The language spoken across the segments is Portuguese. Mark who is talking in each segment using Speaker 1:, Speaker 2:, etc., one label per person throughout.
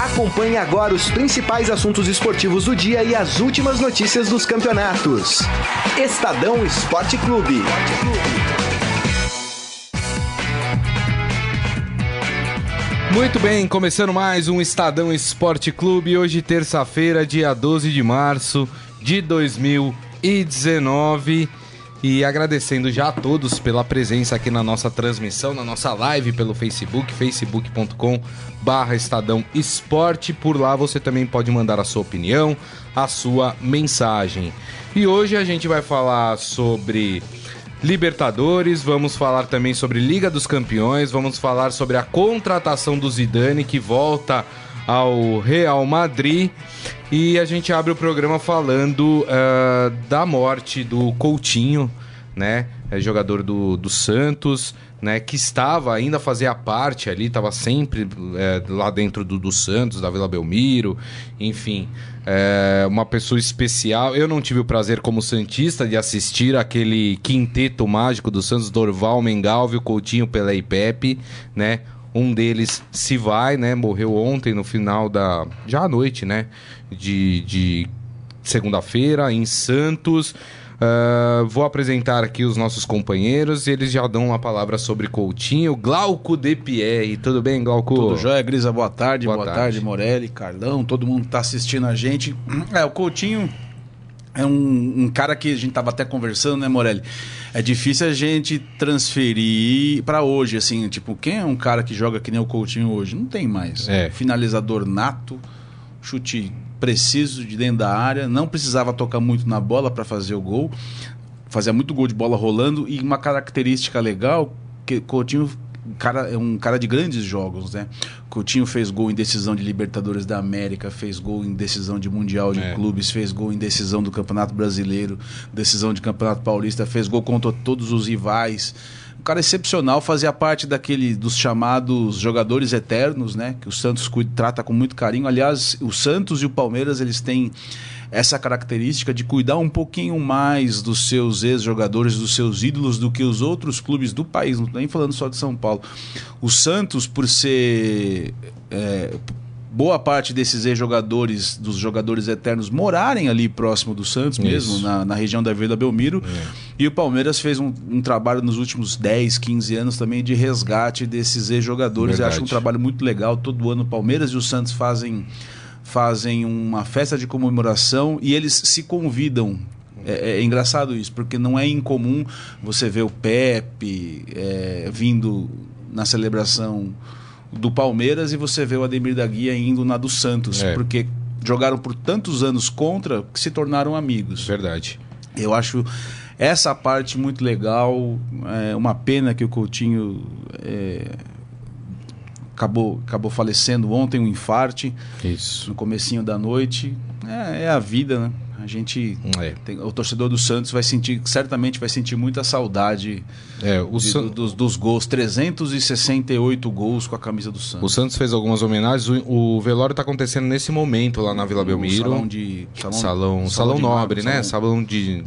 Speaker 1: Acompanhe agora os principais assuntos esportivos do dia e as últimas notícias dos campeonatos. Estadão Esporte Clube.
Speaker 2: Muito bem, começando mais um Estadão Esporte Clube, hoje terça-feira, dia 12 de março de 2019. E agradecendo já a todos pela presença aqui na nossa transmissão, na nossa live pelo Facebook, facebook.com barra Estadão Esporte. Por lá você também pode mandar a sua opinião, a sua mensagem. E hoje a gente vai falar sobre Libertadores, vamos falar também sobre Liga dos Campeões, vamos falar sobre a contratação do Zidane que volta ao Real Madrid e a gente abre o programa falando ah, da morte do Coutinho, né? É jogador do, do Santos, né? Que estava ainda fazia parte ali, estava sempre eh, lá dentro do, do Santos, da Vila Belmiro, enfim, é, uma pessoa especial. Eu não tive o prazer como santista de assistir aquele quinteto mágico do Santos, Dorval, Mengalvio, Coutinho, Pelé e Pepe, né? Um deles se vai, né? Morreu ontem no final da. Já à noite, né? De, de segunda-feira em Santos. Ah, vou apresentar aqui os nossos companheiros e eles já dão a palavra sobre Coutinho. Glauco De Pierre. Tudo bem, Glauco?
Speaker 3: Tudo jóia, Grisa, boa tarde,
Speaker 2: Boa
Speaker 3: boa,
Speaker 2: tarde.
Speaker 3: tarde. Morelli, Carlão, todo mundo que tá assistindo a gente. É, o Coutinho é um, um cara que a gente tava até conversando, né, Morelli? É difícil a gente transferir pra hoje, assim, tipo, quem é um cara que joga que nem o Coutinho hoje? Não tem mais.
Speaker 2: É.
Speaker 3: Finalizador nato, chute preciso de dentro da área, não precisava tocar muito na bola pra fazer o gol. Fazia muito gol de bola rolando e uma característica legal que Coutinho um cara, é um cara de grandes jogos, né? Coutinho fez gol em decisão de Libertadores da América, fez gol em decisão de Mundial de
Speaker 2: É.
Speaker 3: Clubes, fez gol em decisão do Campeonato Brasileiro, decisão de Campeonato Paulista, fez gol contra todos os rivais. Um cara excepcional, fazia parte daquele dos chamados jogadores eternos, né? Que o Santos cuida, trata com muito carinho. Aliás, o Santos e o Palmeiras, eles têm essa característica de cuidar um pouquinho mais dos seus ex-jogadores, dos seus ídolos, do que os outros clubes do país, não tô nem falando só de São Paulo. O Santos, por ser é, boa parte desses ex-jogadores, dos jogadores eternos, morarem ali próximo do Santos mesmo,
Speaker 2: Isso. É.
Speaker 3: na, na região da Vila Belmiro. E o Palmeiras fez um, um trabalho nos últimos 10, 15 anos também de resgate desses ex-jogadores. Eu
Speaker 2: Verdade.
Speaker 3: acho um trabalho muito legal. Todo ano o Palmeiras e o Santos fazem, fazem uma festa de comemoração e eles se convidam. É, é engraçado isso, porque não é incomum você ver o Pepe é, vindo na celebração do Palmeiras e você ver o Ademir da Guia indo na do Santos,
Speaker 2: É.
Speaker 3: porque jogaram por tantos anos contra que se tornaram amigos.
Speaker 2: Verdade.
Speaker 3: Eu acho essa parte muito legal. É uma pena que o Coutinho é, acabou, acabou falecendo ontem, um infarte,
Speaker 2: Isso.
Speaker 3: no comecinho da noite. É, é a vida, né? A gente.
Speaker 2: É.
Speaker 3: tem- o torcedor do Santos vai sentir, certamente vai sentir muita saudade
Speaker 2: É, o,
Speaker 3: de-
Speaker 2: San-
Speaker 3: do- dos, dos gols. 368 gols com a camisa do
Speaker 2: o
Speaker 3: Santos.
Speaker 2: Santos fez algumas homenagens. O, o velório tá acontecendo nesse momento lá na Vila Belmiro.
Speaker 3: Salão de. Salão,
Speaker 2: Salão, salão,
Speaker 3: de
Speaker 2: nobre,
Speaker 3: mármore,
Speaker 2: né?
Speaker 3: salão-
Speaker 2: Salão de.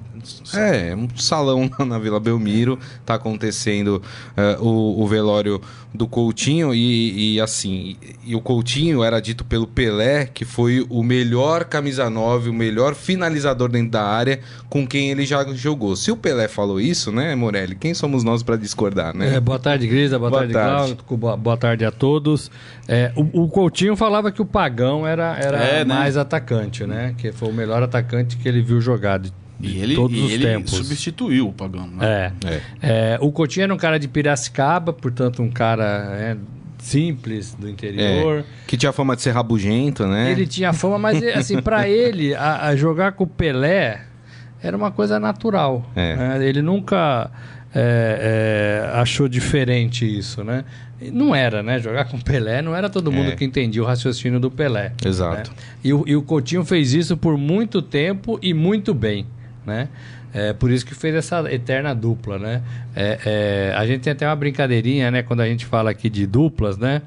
Speaker 2: É, um salão lá na Vila Belmiro. Tá acontecendo eh, o, o velório do Coutinho. E, e, assim, e, e o Coutinho era dito pelo Pelé que foi o melhor camisa 9, o melhor finalizador dentro da área com quem ele já jogou. Se o Pelé falou isso, né, Morelli? Quem somos nós para discordar, né?
Speaker 4: É, boa tarde, Grisa. Boa,
Speaker 2: Boa
Speaker 4: tarde,
Speaker 2: tarde.
Speaker 4: Cláudio. Cu- Boa, boa tarde a todos. É, o, o Coutinho falava que o Pagão era, era
Speaker 3: É, né?
Speaker 4: mais atacante, né? Que foi o melhor atacante que ele viu jogar de, de
Speaker 3: E ele,
Speaker 4: todos
Speaker 3: e
Speaker 4: os
Speaker 3: ele
Speaker 4: tempos.
Speaker 3: substituiu o Pagão. né?
Speaker 4: É.
Speaker 2: É.
Speaker 4: É, o Coutinho era um cara de Piracicaba, portanto, um cara é, simples do
Speaker 3: É.
Speaker 4: interior.
Speaker 2: Que tinha fama de ser rabugento, né?
Speaker 4: Ele tinha fama, mas assim, para ele, a, a jogar com o Pelé era uma coisa natural.
Speaker 2: É.
Speaker 4: né? Ele nunca é, é, achou diferente isso, né? E Não era, né? Jogar com o Pelé não era todo mundo
Speaker 2: É.
Speaker 4: que entendia o raciocínio do Pelé.
Speaker 2: Exato.
Speaker 4: né? E, o, e o Coutinho fez isso por muito tempo e muito bem, né? É, por isso que fez essa eterna dupla, né? É, é, a gente tem até uma brincadeirinha, né? Quando a gente fala aqui de duplas, né?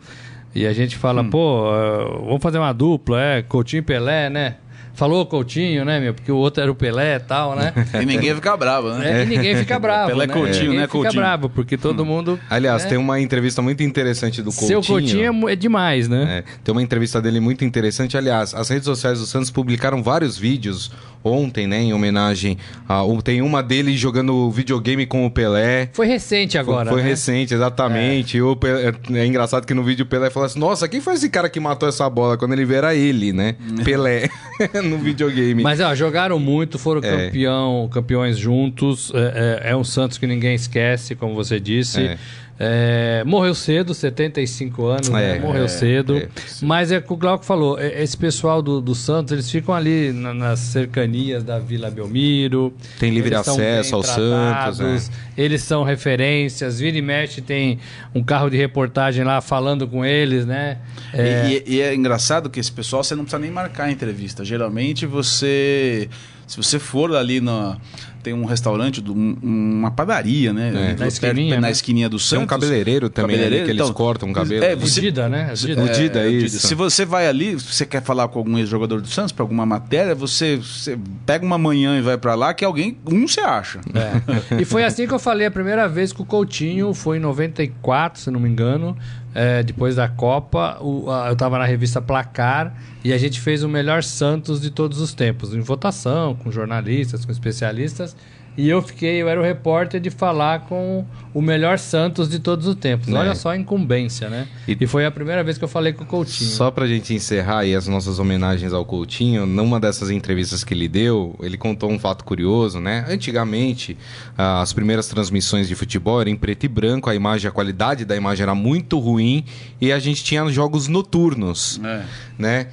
Speaker 4: E a gente fala, pô, eh, vamos fazer uma dupla, é Coutinho e Pelé, né? Falou Coutinho, né, meu? Porque o outro era o Pelé e tal, né?
Speaker 3: E ninguém fica bravo, né?
Speaker 4: É, e ninguém fica bravo.
Speaker 3: Pelé
Speaker 4: né?
Speaker 3: Coutinho,
Speaker 4: Ninguém
Speaker 3: né,
Speaker 4: fica
Speaker 3: Coutinho?
Speaker 4: bravo, porque todo mundo. né?
Speaker 2: Aliás, tem uma entrevista muito interessante do Coutinho.
Speaker 4: É. Seu Coutinho é mu- é, demais, né?
Speaker 2: É, tem uma entrevista dele muito interessante. Aliás, as redes sociais do Santos publicaram vários vídeos ontem, né? Em homenagem a. ou Tem uma dele jogando videogame com o Pelé.
Speaker 4: Foi recente
Speaker 2: Foi-
Speaker 4: agora.
Speaker 2: É. foi
Speaker 4: né?
Speaker 2: recente, exatamente. E o Pelé- é engraçado que no vídeo o Pelé fala assim: Nossa, quem foi esse cara que matou essa bola? Quando ele vê era ele, né? Pelé, no videogame.
Speaker 4: Mas ó, jogaram muito, foram
Speaker 2: É.
Speaker 4: campeão, campeões juntos. É, é- é um Santos que ninguém esquece, como você disse.
Speaker 2: É.
Speaker 4: É, morreu cedo, 75 anos, né?
Speaker 2: É,
Speaker 4: morreu
Speaker 2: é,
Speaker 4: cedo.
Speaker 2: é.
Speaker 4: Mas é o que o Glauco falou: é- esse pessoal do, do Santos, eles ficam ali na- nas cercanias da Vila Belmiro.
Speaker 2: Tem livre
Speaker 4: Eles são
Speaker 2: acesso
Speaker 4: bem
Speaker 2: ao Santos, é.
Speaker 4: tratados, Eles são referências. Vira e mexe tem um carro de reportagem lá falando com eles, né?
Speaker 3: E- E, e é engraçado que esse pessoal você não precisa nem marcar a entrevista. Geralmente você. Se você for ali na. Tem um restaurante, do- um- uma padaria,
Speaker 2: É,
Speaker 3: né? Ali do-
Speaker 4: esquininha,
Speaker 3: perto- na
Speaker 4: né?
Speaker 3: esquininha do Santos.
Speaker 2: Tem um cabeleireiro também ali que eles cortam o cabelo.
Speaker 3: É, você,
Speaker 4: Fudida, né? Fudida.
Speaker 2: O Dida,
Speaker 3: eu
Speaker 2: isso.
Speaker 3: digo, Se você vai ali, se você quer falar com algum ex-jogador do Santos para alguma matéria, você, você pega uma manhã e vai para lá que alguém, um você acha.
Speaker 4: É. E foi assim que eu falei a primeira vez que o Coutinho foi em 94, se não me engano, é, depois da Copa. o- a- eu estava na revista Placar e a gente fez o melhor Santos de todos os tempos, em votação, com jornalistas, com especialistas. E eu fiquei, eu era o repórter de falar com o melhor Santos de todos os tempos. Olha só a incumbência, né?
Speaker 2: Né. E-
Speaker 4: E, foi a primeira vez que eu falei com o Coutinho.
Speaker 2: Só pra gente encerrar aí as nossas homenagens ao Coutinho, numa dessas entrevistas que ele deu, ele contou um fato curioso, né? Antigamente, ah, as primeiras transmissões de futebol eram em preto e branco, a imagem, a qualidade da imagem era muito ruim e a gente tinha jogos noturnos,
Speaker 3: É,
Speaker 2: né?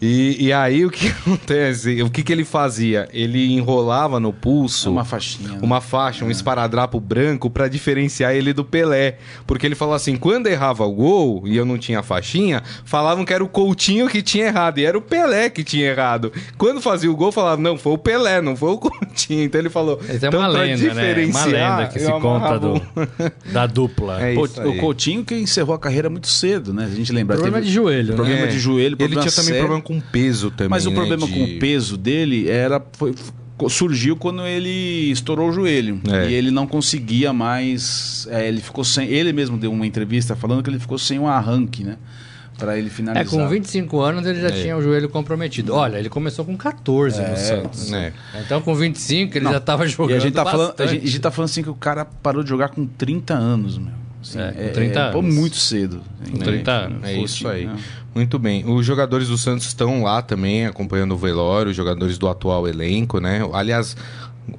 Speaker 2: E, e aí o que acontece? O que, que ele fazia? Ele enrolava no pulso
Speaker 3: Uma faixinha. né?
Speaker 2: uma faixa,
Speaker 4: É.
Speaker 2: um esparadrapo branco pra diferenciar ele do Pelé. Porque ele falou assim: quando errava o gol e eu não tinha faixinha, falavam que era o Coutinho que tinha errado e era o Pelé que tinha errado. Quando fazia o gol, falavam: não, foi o Pelé, não foi o Coutinho. Então ele falou:
Speaker 4: Essa é
Speaker 2: então,
Speaker 4: uma
Speaker 2: pra
Speaker 4: lenda, né? Uma
Speaker 2: diferenciar, é
Speaker 4: lenda que se
Speaker 2: eu
Speaker 4: conta
Speaker 2: amarrava
Speaker 4: do,
Speaker 2: o-
Speaker 4: da dupla.
Speaker 2: É
Speaker 3: Pô,
Speaker 2: isso
Speaker 3: o
Speaker 2: aí.
Speaker 3: Coutinho que encerrou a carreira muito cedo, né? Se A gente lembra.
Speaker 4: Problema de joelho, né?
Speaker 3: Problema
Speaker 2: É.
Speaker 3: de joelho,
Speaker 2: Ele
Speaker 3: problema
Speaker 2: tinha também
Speaker 3: sério.
Speaker 2: problema com peso também.
Speaker 3: Mas o
Speaker 2: né,
Speaker 3: problema
Speaker 2: de-
Speaker 3: com o peso dele era foi- co- surgiu quando ele estourou o joelho
Speaker 2: É.
Speaker 3: e ele não conseguia mais. é, ele ficou sem. Ele mesmo deu uma entrevista falando que ele ficou sem um arranque, né? Pra ele
Speaker 4: É,
Speaker 3: finalizar.
Speaker 4: com 25 anos ele já
Speaker 2: É.
Speaker 4: tinha o joelho comprometido. Olha, ele começou com 14 no Santos.
Speaker 2: né.
Speaker 4: Então com 25 ele
Speaker 3: Não.
Speaker 4: já tava jogando.
Speaker 3: E a gente, tá falando, a,
Speaker 4: bastante.
Speaker 3: gente, a gente tá falando assim que o cara parou de jogar com 30 anos, meu. Assim,
Speaker 4: É, com 30
Speaker 3: pô,
Speaker 4: anos.
Speaker 3: muito cedo. Né? Com
Speaker 4: 30 anos.
Speaker 2: É isso aí.
Speaker 4: né?
Speaker 2: Muito bem. Os jogadores do Santos estão lá também acompanhando o velório, os jogadores do atual elenco, né? Aliás,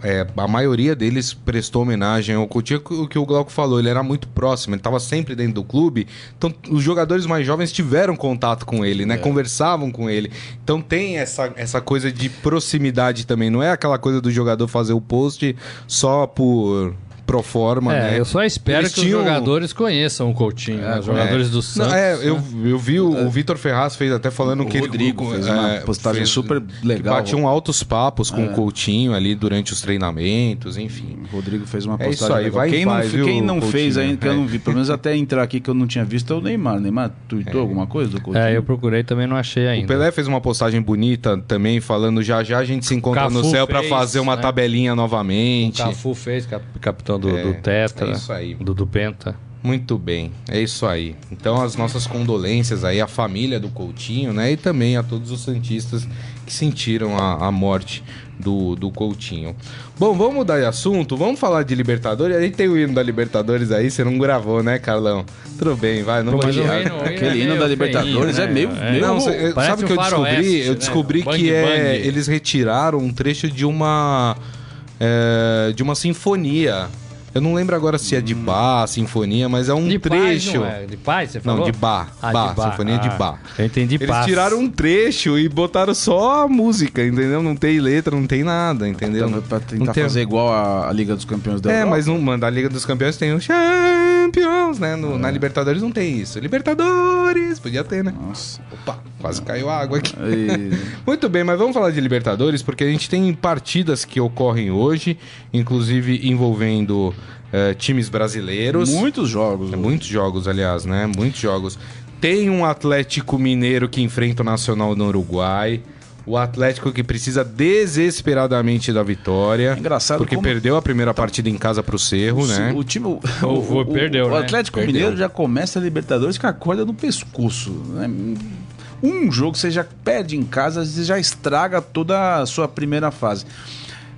Speaker 2: é, a maioria deles prestou homenagem ao Coutinho, o que o Glauco falou, ele era muito próximo, ele estava sempre dentro do clube. Então, os jogadores mais jovens tiveram contato com ele,
Speaker 4: É.
Speaker 2: né? Conversavam com ele. Então, tem essa, essa coisa de proximidade também. Não é aquela coisa do jogador fazer o post só por pro forma,
Speaker 4: É,
Speaker 2: né?
Speaker 4: eu só espero
Speaker 2: Eles
Speaker 4: que
Speaker 2: tinham-
Speaker 4: os jogadores conheçam o Coutinho, né? os jogadores do
Speaker 2: Não,
Speaker 4: Santos. né?
Speaker 2: é, eu, eu vi o, o Vitor Ferraz fez até falando que
Speaker 3: O Rodrigo é,
Speaker 2: ele,
Speaker 3: fez um uma postagem super legal.
Speaker 2: um
Speaker 3: É.
Speaker 2: Que batiam altos papos com o Coutinho ali durante os treinamentos, enfim.
Speaker 3: O Rodrigo fez uma
Speaker 2: É
Speaker 3: postagem.
Speaker 2: isso aí,
Speaker 3: legal.
Speaker 2: vai em
Speaker 3: quem não,
Speaker 2: paz, viu,
Speaker 3: quem não
Speaker 2: Coutinho?
Speaker 3: fez ainda, que
Speaker 2: É.
Speaker 3: eu não vi, pelo menos até entrar aqui que eu não tinha visto, é o Neymar. O Neymar tweetou alguma coisa do Coutinho?
Speaker 4: É, eu procurei também não achei
Speaker 2: O
Speaker 4: É ainda.
Speaker 2: Pelé fez uma postagem bonita também, falando já já a gente se encontra
Speaker 4: Cafu
Speaker 2: no céu pra
Speaker 4: fez,
Speaker 2: fazer uma
Speaker 4: né?
Speaker 2: tabelinha novamente.
Speaker 4: Cafu fez, cap- capitão do,
Speaker 2: É,
Speaker 4: do Tetra,
Speaker 2: é isso aí.
Speaker 4: Do, do Penta.
Speaker 2: Muito bem, é isso aí. Então as nossas condolências aí à família do Coutinho, né? E também a todos os santistas que sentiram a, a morte do, do Coutinho. Bom, vamos mudar de assunto, vamos falar de Libertadores. Aí tem o hino da Libertadores aí, você não gravou, né, Carlão? Tudo bem, vai, não
Speaker 4: Pô,
Speaker 2: vou
Speaker 4: mas o
Speaker 2: tirar.
Speaker 4: hino- o hino é
Speaker 3: Aquele hino
Speaker 4: meio
Speaker 3: da Libertadores
Speaker 4: feinho,
Speaker 3: é meio.
Speaker 4: né?
Speaker 3: meio-
Speaker 2: Não, cê-
Speaker 4: parece
Speaker 2: sabe o que eu
Speaker 4: um
Speaker 2: descobri?
Speaker 4: faroeste,
Speaker 2: Eu
Speaker 4: né?
Speaker 2: descobri
Speaker 4: Bang,
Speaker 2: que é,
Speaker 4: bang.
Speaker 2: eles retiraram um trecho de uma é, de uma sinfonia. Eu não lembro agora se é de bar, sinfonia, mas é um
Speaker 4: Hum. De paz,
Speaker 2: trecho.
Speaker 4: não é? De paz, você
Speaker 2: Não,
Speaker 4: falou?
Speaker 2: de bar.
Speaker 4: Ah,
Speaker 2: bar,
Speaker 4: de bar.
Speaker 2: sinfonia de
Speaker 4: Ah,
Speaker 2: bar.
Speaker 4: Eu entendi
Speaker 2: Eles
Speaker 4: paz.
Speaker 2: tiraram um trecho e botaram só a música, entendeu? Não tem letra, não tem nada, entendeu?
Speaker 3: Então, pra
Speaker 2: Não
Speaker 3: tentar
Speaker 2: tem-
Speaker 3: fazer igual a, a Liga dos Campeões da
Speaker 2: É,
Speaker 3: Europa.
Speaker 2: mas não manda. A Liga dos Campeões tem o Champions, né? No-
Speaker 4: É.
Speaker 2: Na Libertadores não tem isso. Libertadores, podia ter, né?
Speaker 3: Nossa.
Speaker 2: Opa, quase caiu a água aqui.
Speaker 3: E-
Speaker 2: Muito bem, mas vamos falar de Libertadores, porque a gente tem partidas que ocorrem hoje, inclusive envolvendo eh, times brasileiros.
Speaker 3: Muitos jogos.
Speaker 2: É, Muitos jogos, aliás, né? Muitos jogos. Tem um Atlético Mineiro que enfrenta o Nacional no Uruguai. O Atlético que precisa desesperadamente da vitória.
Speaker 3: É engraçado
Speaker 2: Porque
Speaker 3: como- tá-
Speaker 2: perdeu a primeira partida em casa pro Cerro, né?
Speaker 3: O time. O,
Speaker 4: o- perdeu,
Speaker 3: o
Speaker 4: né?
Speaker 3: Atlético
Speaker 4: Perdeu.
Speaker 3: Mineiro já começa a Libertadores com a corda no pescoço. né? Um jogo que você já perde em casa, você já estraga toda a sua primeira fase.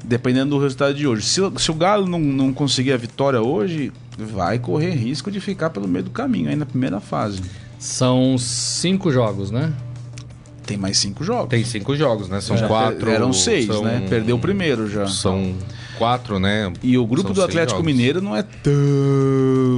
Speaker 3: Dependendo do resultado de hoje. Se, o- se o Galo não, não conseguir a vitória hoje, vai correr risco de ficar pelo meio do caminho aí na primeira fase.
Speaker 4: São cinco jogos, né?
Speaker 3: Tem mais cinco jogos.
Speaker 2: Tem cinco jogos, né? São
Speaker 3: Já
Speaker 2: quatro.
Speaker 3: É, Eram seis,
Speaker 2: são-
Speaker 3: né? Perdeu o primeiro já.
Speaker 2: São quatro, né?
Speaker 3: E o grupo
Speaker 2: São
Speaker 3: do
Speaker 2: seis
Speaker 3: Atlético
Speaker 2: jogos.
Speaker 3: Mineiro não é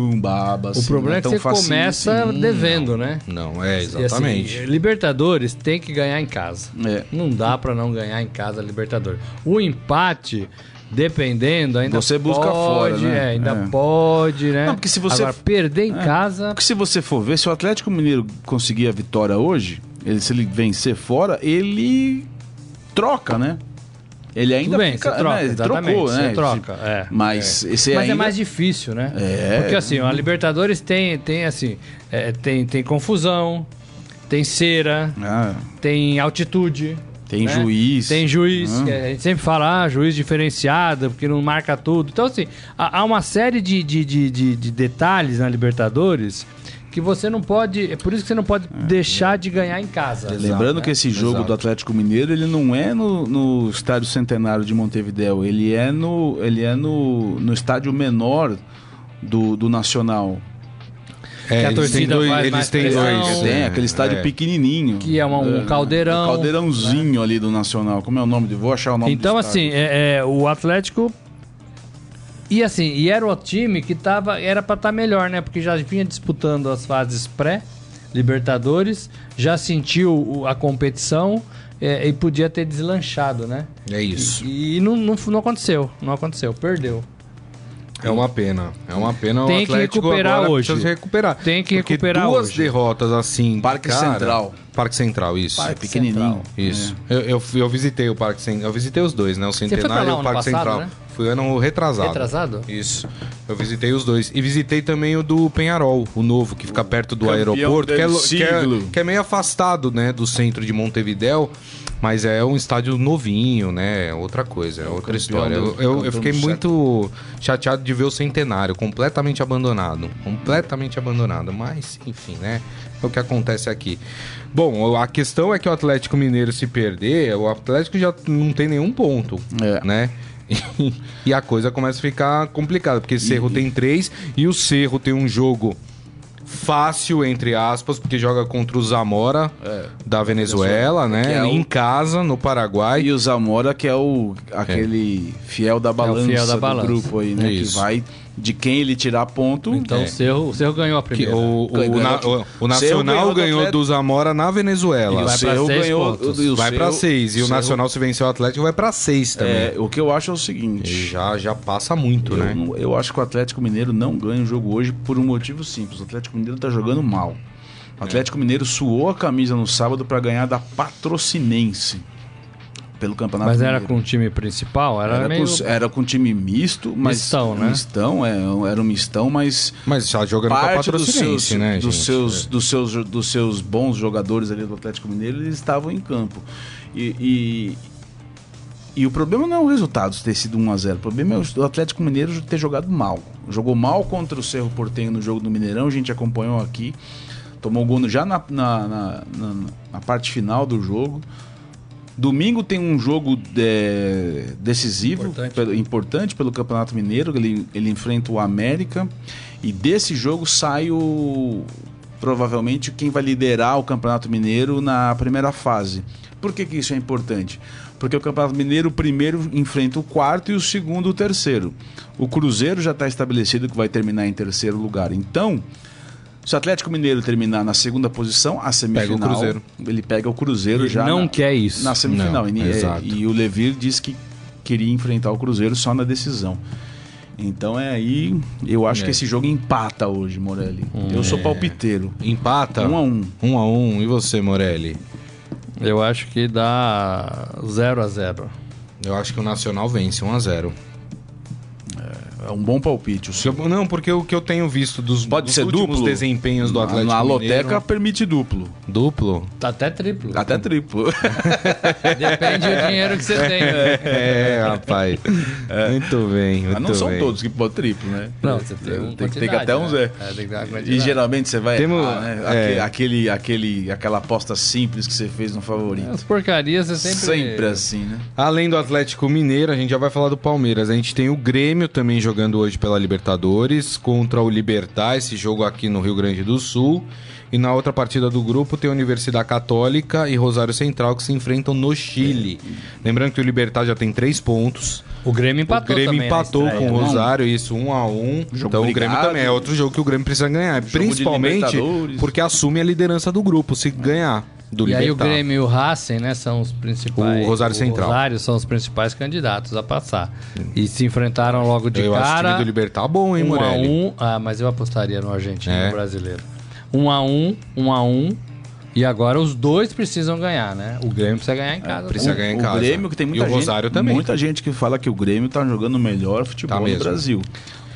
Speaker 3: tão baba
Speaker 4: O
Speaker 3: assim.
Speaker 4: problema
Speaker 3: não
Speaker 4: é que
Speaker 3: tão
Speaker 4: você
Speaker 3: facinho
Speaker 4: começa
Speaker 3: assim.
Speaker 4: devendo, né?
Speaker 2: Não, é,
Speaker 4: E, assim,
Speaker 2: exatamente.
Speaker 4: libertadores tem que ganhar em casa.
Speaker 3: É.
Speaker 4: Não dá pra não ganhar em casa a Libertadores. O empate, dependendo, ainda
Speaker 3: Você busca fora,
Speaker 4: pode,
Speaker 3: né?
Speaker 4: é, ainda
Speaker 3: É.
Speaker 4: pode, né?
Speaker 3: Não, porque se você- É.
Speaker 4: Agora, perder em casa,
Speaker 3: Porque se você for ver, se o Atlético Mineiro conseguir a vitória hoje, ele- se ele vencer fora, ele troca, né? Ele ainda
Speaker 4: tudo bem,
Speaker 3: fica,
Speaker 4: você troca,
Speaker 3: né? Ele
Speaker 4: exatamente,
Speaker 3: trocou, né?
Speaker 4: você troca, é.
Speaker 3: Mas esse
Speaker 4: Mas
Speaker 3: ainda...
Speaker 4: é mais difícil, né?
Speaker 3: É.
Speaker 4: Porque assim, a Libertadores tem, tem assim, é, tem, tem confusão, tem cera,
Speaker 3: Ah,
Speaker 4: tem altitude.
Speaker 3: tem
Speaker 4: né?
Speaker 3: juiz.
Speaker 4: Tem juiz.
Speaker 3: Ah.
Speaker 4: que a gente sempre fala, ah, juiz diferenciado, porque não marca tudo. Então, assim, há há uma série de, de, de, de- de detalhes na Libertadores que você não pode. É por isso que você não pode deixar de ganhar em casa.
Speaker 3: Lembrando que
Speaker 4: né?
Speaker 3: esse jogo
Speaker 2: Exato.
Speaker 3: do Atlético Mineiro, ele não é no, no estádio centenário de Montevideo, ele é no, ele é no, no estádio menor do, do Nacional.
Speaker 2: É,
Speaker 4: que a
Speaker 2: eles
Speaker 4: torcida
Speaker 2: têm dois,
Speaker 4: faz
Speaker 2: eles
Speaker 4: mais
Speaker 2: têm
Speaker 4: pressão.
Speaker 2: dois.
Speaker 4: Tem,
Speaker 3: É,
Speaker 2: né?
Speaker 3: aquele estádio
Speaker 2: É.
Speaker 3: pequenininho.
Speaker 4: Que é uma- um caldeirão, Né?
Speaker 3: um caldeirãozinho ali do Nacional. Como é o nome? de- Vou achar o nome
Speaker 4: Então,
Speaker 3: do
Speaker 4: assim, é, é, o Atlético. E assim, e era o time que tava, era pra estar melhor, né? Porque já vinha disputando as fases pré-Libertadores, já sentiu o- a competição é, e podia ter deslanchado, né?
Speaker 2: É isso.
Speaker 4: E não, não, não aconteceu, não aconteceu, perdeu.
Speaker 2: É uma pena. É uma pena
Speaker 4: Tem
Speaker 2: o
Speaker 4: que
Speaker 2: Atlético
Speaker 4: recuperar
Speaker 2: agora
Speaker 4: hoje.
Speaker 2: precisa se recuperar.
Speaker 4: Tem que
Speaker 2: Porque
Speaker 4: recuperar
Speaker 2: duas
Speaker 4: hoje.
Speaker 2: derrotas assim.
Speaker 3: Parque Central.
Speaker 2: Parque Central, isso.
Speaker 3: É pequenininho.
Speaker 2: Isso. Eu, eu, fui- eu visitei o Parque Central. Eu visitei os dois, né? O
Speaker 4: pra lá
Speaker 2: Centenário e
Speaker 4: ano
Speaker 2: o Parque
Speaker 4: passado,
Speaker 2: Central.
Speaker 4: né?
Speaker 2: Fui ano retrasado.
Speaker 4: Retrasado?
Speaker 2: Isso. Eu visitei os dois. E visitei também o do Penharol, o novo, que fica perto do
Speaker 3: campeão
Speaker 2: aeroporto, que é,
Speaker 3: del
Speaker 2: lo- que, é,
Speaker 3: siglo.
Speaker 2: que é meio afastado, né, do centro de Montevidéu. Mas é um estádio novinho, né? É Outra coisa, é outra
Speaker 3: campeão
Speaker 2: história.
Speaker 3: do-
Speaker 2: Eu, eu- eu
Speaker 3: campeão
Speaker 2: fiquei
Speaker 3: do
Speaker 2: muito chateado de ver o centenário completamente abandonado. Completamente abandonado. Mas, enfim, né? É o que acontece aqui. Bom, a questão é que o Atlético Mineiro se perder, o Atlético já não tem nenhum ponto,
Speaker 3: É.
Speaker 2: né? E, a coisa começa a ficar complicada, porque Cerro tem três e o Cerro tem um jogo fácil, entre aspas, porque joga contra o Zamora da Venezuela, né?
Speaker 3: É. Que é o-
Speaker 2: Em casa, no Paraguai.
Speaker 3: E o Zamora, que é o aquele fiel da balança
Speaker 4: É fiel da
Speaker 3: do
Speaker 4: balança.
Speaker 3: grupo aí, né?
Speaker 2: É. Isso.
Speaker 3: Que vai de quem ele tirar ponto.
Speaker 4: Então o, Cerro, o Cerro ganhou
Speaker 2: É.
Speaker 4: a
Speaker 2: Que
Speaker 4: primeira.
Speaker 2: o, o,
Speaker 3: Ganhou.
Speaker 2: na- o- o
Speaker 3: Cerro ganhou
Speaker 2: Nacional
Speaker 3: do
Speaker 2: ganhou
Speaker 3: Atlético.
Speaker 2: do Zamora na Venezuela.
Speaker 4: E vai pra
Speaker 3: Cerro
Speaker 4: seis
Speaker 3: ganhou-
Speaker 4: pontos.
Speaker 3: e o
Speaker 2: Vai pra
Speaker 3: Cerro-
Speaker 2: seis. E o
Speaker 3: Cerro-
Speaker 2: Nacional, se vencer o Atlético, vai pra seis também.
Speaker 3: É, o que eu acho é o seguinte.
Speaker 2: Já, já passa muito,
Speaker 3: Eu,
Speaker 2: né?
Speaker 3: não- eu acho que o Atlético Mineiro não ganha o jogo hoje por um motivo simples. O Atlético Mineiro tá jogando mal.
Speaker 4: É.
Speaker 3: O Atlético Mineiro suou a camisa no sábado para ganhar da Patrocinense pelo Campeonato
Speaker 4: Mas era
Speaker 3: Mineiro.
Speaker 4: com o time principal, era,
Speaker 3: Era,
Speaker 4: meio...
Speaker 3: com, era com time misto, mas.
Speaker 4: Mistão, né?
Speaker 3: Mistão, é, era um mistão, mas
Speaker 2: Mas já jogando pra
Speaker 3: parte dos
Speaker 2: patrocinense,
Speaker 3: seus,
Speaker 2: né,
Speaker 3: dos,
Speaker 2: gente?
Speaker 3: seus, dos, seus, dos seus bons jogadores ali do Atlético Mineiro, eles estavam em campo. E, e, e o problema não é o resultado ter sido 1x0, o problema é o Atlético Mineiro ter jogado mal. Jogou mal contra o Cerro Portenho no jogo do Mineirão, a gente acompanhou aqui. Tomou gol no- já na, na, na, na- na parte final do jogo. Domingo tem um jogo é, decisivo,
Speaker 4: Importante.
Speaker 3: pelo- importante pelo Campeonato Mineiro. Ele, ele enfrenta o América. E desse jogo sai o. Provavelmente quem vai liderar o Campeonato Mineiro na primeira fase. Por que, que isso é importante? Porque o Campeonato Mineiro, o primeiro enfrenta o quarto e o segundo o terceiro. O Cruzeiro já está estabelecido que vai terminar em terceiro lugar. Então, se o Atlético Mineiro terminar na segunda posição, a semifinal.
Speaker 2: Cruzeiro.
Speaker 3: Ele pega o Cruzeiro
Speaker 4: Ele
Speaker 3: já.
Speaker 4: não
Speaker 3: na-
Speaker 4: quer isso.
Speaker 3: Na semifinal.
Speaker 2: Não,
Speaker 3: e, é,
Speaker 2: exato.
Speaker 3: e o Levir disse que queria enfrentar o Cruzeiro só na decisão. Então é aí. Eu acho
Speaker 2: É.
Speaker 3: que esse jogo empata hoje, Morelli. Eu sou palpiteiro.
Speaker 2: É. Empata?
Speaker 3: Um a um.
Speaker 2: Um a um. E você, Morelli?
Speaker 4: Eu acho que dá 0 a 0
Speaker 2: um Eu acho que o Nacional vence 1 a 0.
Speaker 3: É um bom palpite. O
Speaker 2: Se eu- Não, porque o que eu tenho visto dos,
Speaker 3: Pode
Speaker 2: dos
Speaker 3: ser
Speaker 2: últimos
Speaker 3: duplo?
Speaker 2: desempenhos do
Speaker 3: Na-
Speaker 2: Atlético
Speaker 3: Na
Speaker 2: Mineiro-
Speaker 3: loteca permite duplo.
Speaker 2: Duplo?
Speaker 4: Tá até triplo.
Speaker 3: Até triplo.
Speaker 4: Depende do dinheiro que você tem. né?
Speaker 2: É, rapaz. Muito bem, muito
Speaker 3: É. Mas não são
Speaker 2: bem.
Speaker 3: todos que podem triplo, né?
Speaker 4: Não, você tem uma
Speaker 3: tem que ter
Speaker 4: quantidade,
Speaker 3: até uns.
Speaker 4: né?
Speaker 3: É.
Speaker 4: É, tem que ter uma
Speaker 3: e
Speaker 4: quantidade.
Speaker 3: geralmente você vai.
Speaker 2: Temos-
Speaker 3: errar, né?
Speaker 2: é.
Speaker 3: Aque- Aquele, aquele, aquela aposta simples que você fez no favorito.
Speaker 4: As porcarias você sempre.
Speaker 3: sempre... assim, né?
Speaker 2: Além do Atlético Mineiro, a gente já vai falar do Palmeiras. A gente tem o Grêmio também jogando hoje pela Libertadores contra o Libertar, esse jogo aqui no Rio Grande do Sul. E na outra partida do grupo tem a Universidade Católica e Rosário Central que se enfrentam no Chile. Lembrando que o Libertar já tem três pontos.
Speaker 4: O Grêmio
Speaker 2: o
Speaker 4: empatou.
Speaker 2: Grêmio
Speaker 4: também na
Speaker 2: empatou
Speaker 4: estreia.
Speaker 2: com o
Speaker 3: um a um.
Speaker 2: Rosário, isso, um a um.
Speaker 3: Jogo
Speaker 2: então o Grêmio
Speaker 3: brigado.
Speaker 2: também é outro jogo que o Grêmio precisa ganhar.
Speaker 3: de
Speaker 2: principalmente
Speaker 3: Libertadores.
Speaker 2: porque assume a liderança do grupo, se ganhar do
Speaker 4: E aí o
Speaker 2: Libertar.
Speaker 4: Grêmio e o Racing, né, são os principais.
Speaker 2: O Rosário Central.
Speaker 4: O Rosário são os principais candidatos a passar. E se enfrentaram logo de
Speaker 2: Eu acho o
Speaker 4: cara.
Speaker 2: time do Libertar bom, hein,
Speaker 4: um a
Speaker 2: Morelli?
Speaker 4: um. Ah, mas eu apostaria no argentino
Speaker 2: É.
Speaker 4: no brasileiro. Um a um, um a um. E agora os dois precisam ganhar, né? O Grêmio precisa ganhar em casa.
Speaker 2: É, precisa
Speaker 4: né?
Speaker 2: ganhar em
Speaker 3: o
Speaker 2: casa.
Speaker 3: Grêmio, que tem muita
Speaker 2: E o
Speaker 3: gente,
Speaker 2: Rosário também.
Speaker 3: Muita gente que fala que o Grêmio tá jogando o melhor futebol
Speaker 2: Tá
Speaker 3: do
Speaker 2: mesmo. É.
Speaker 3: Brasil.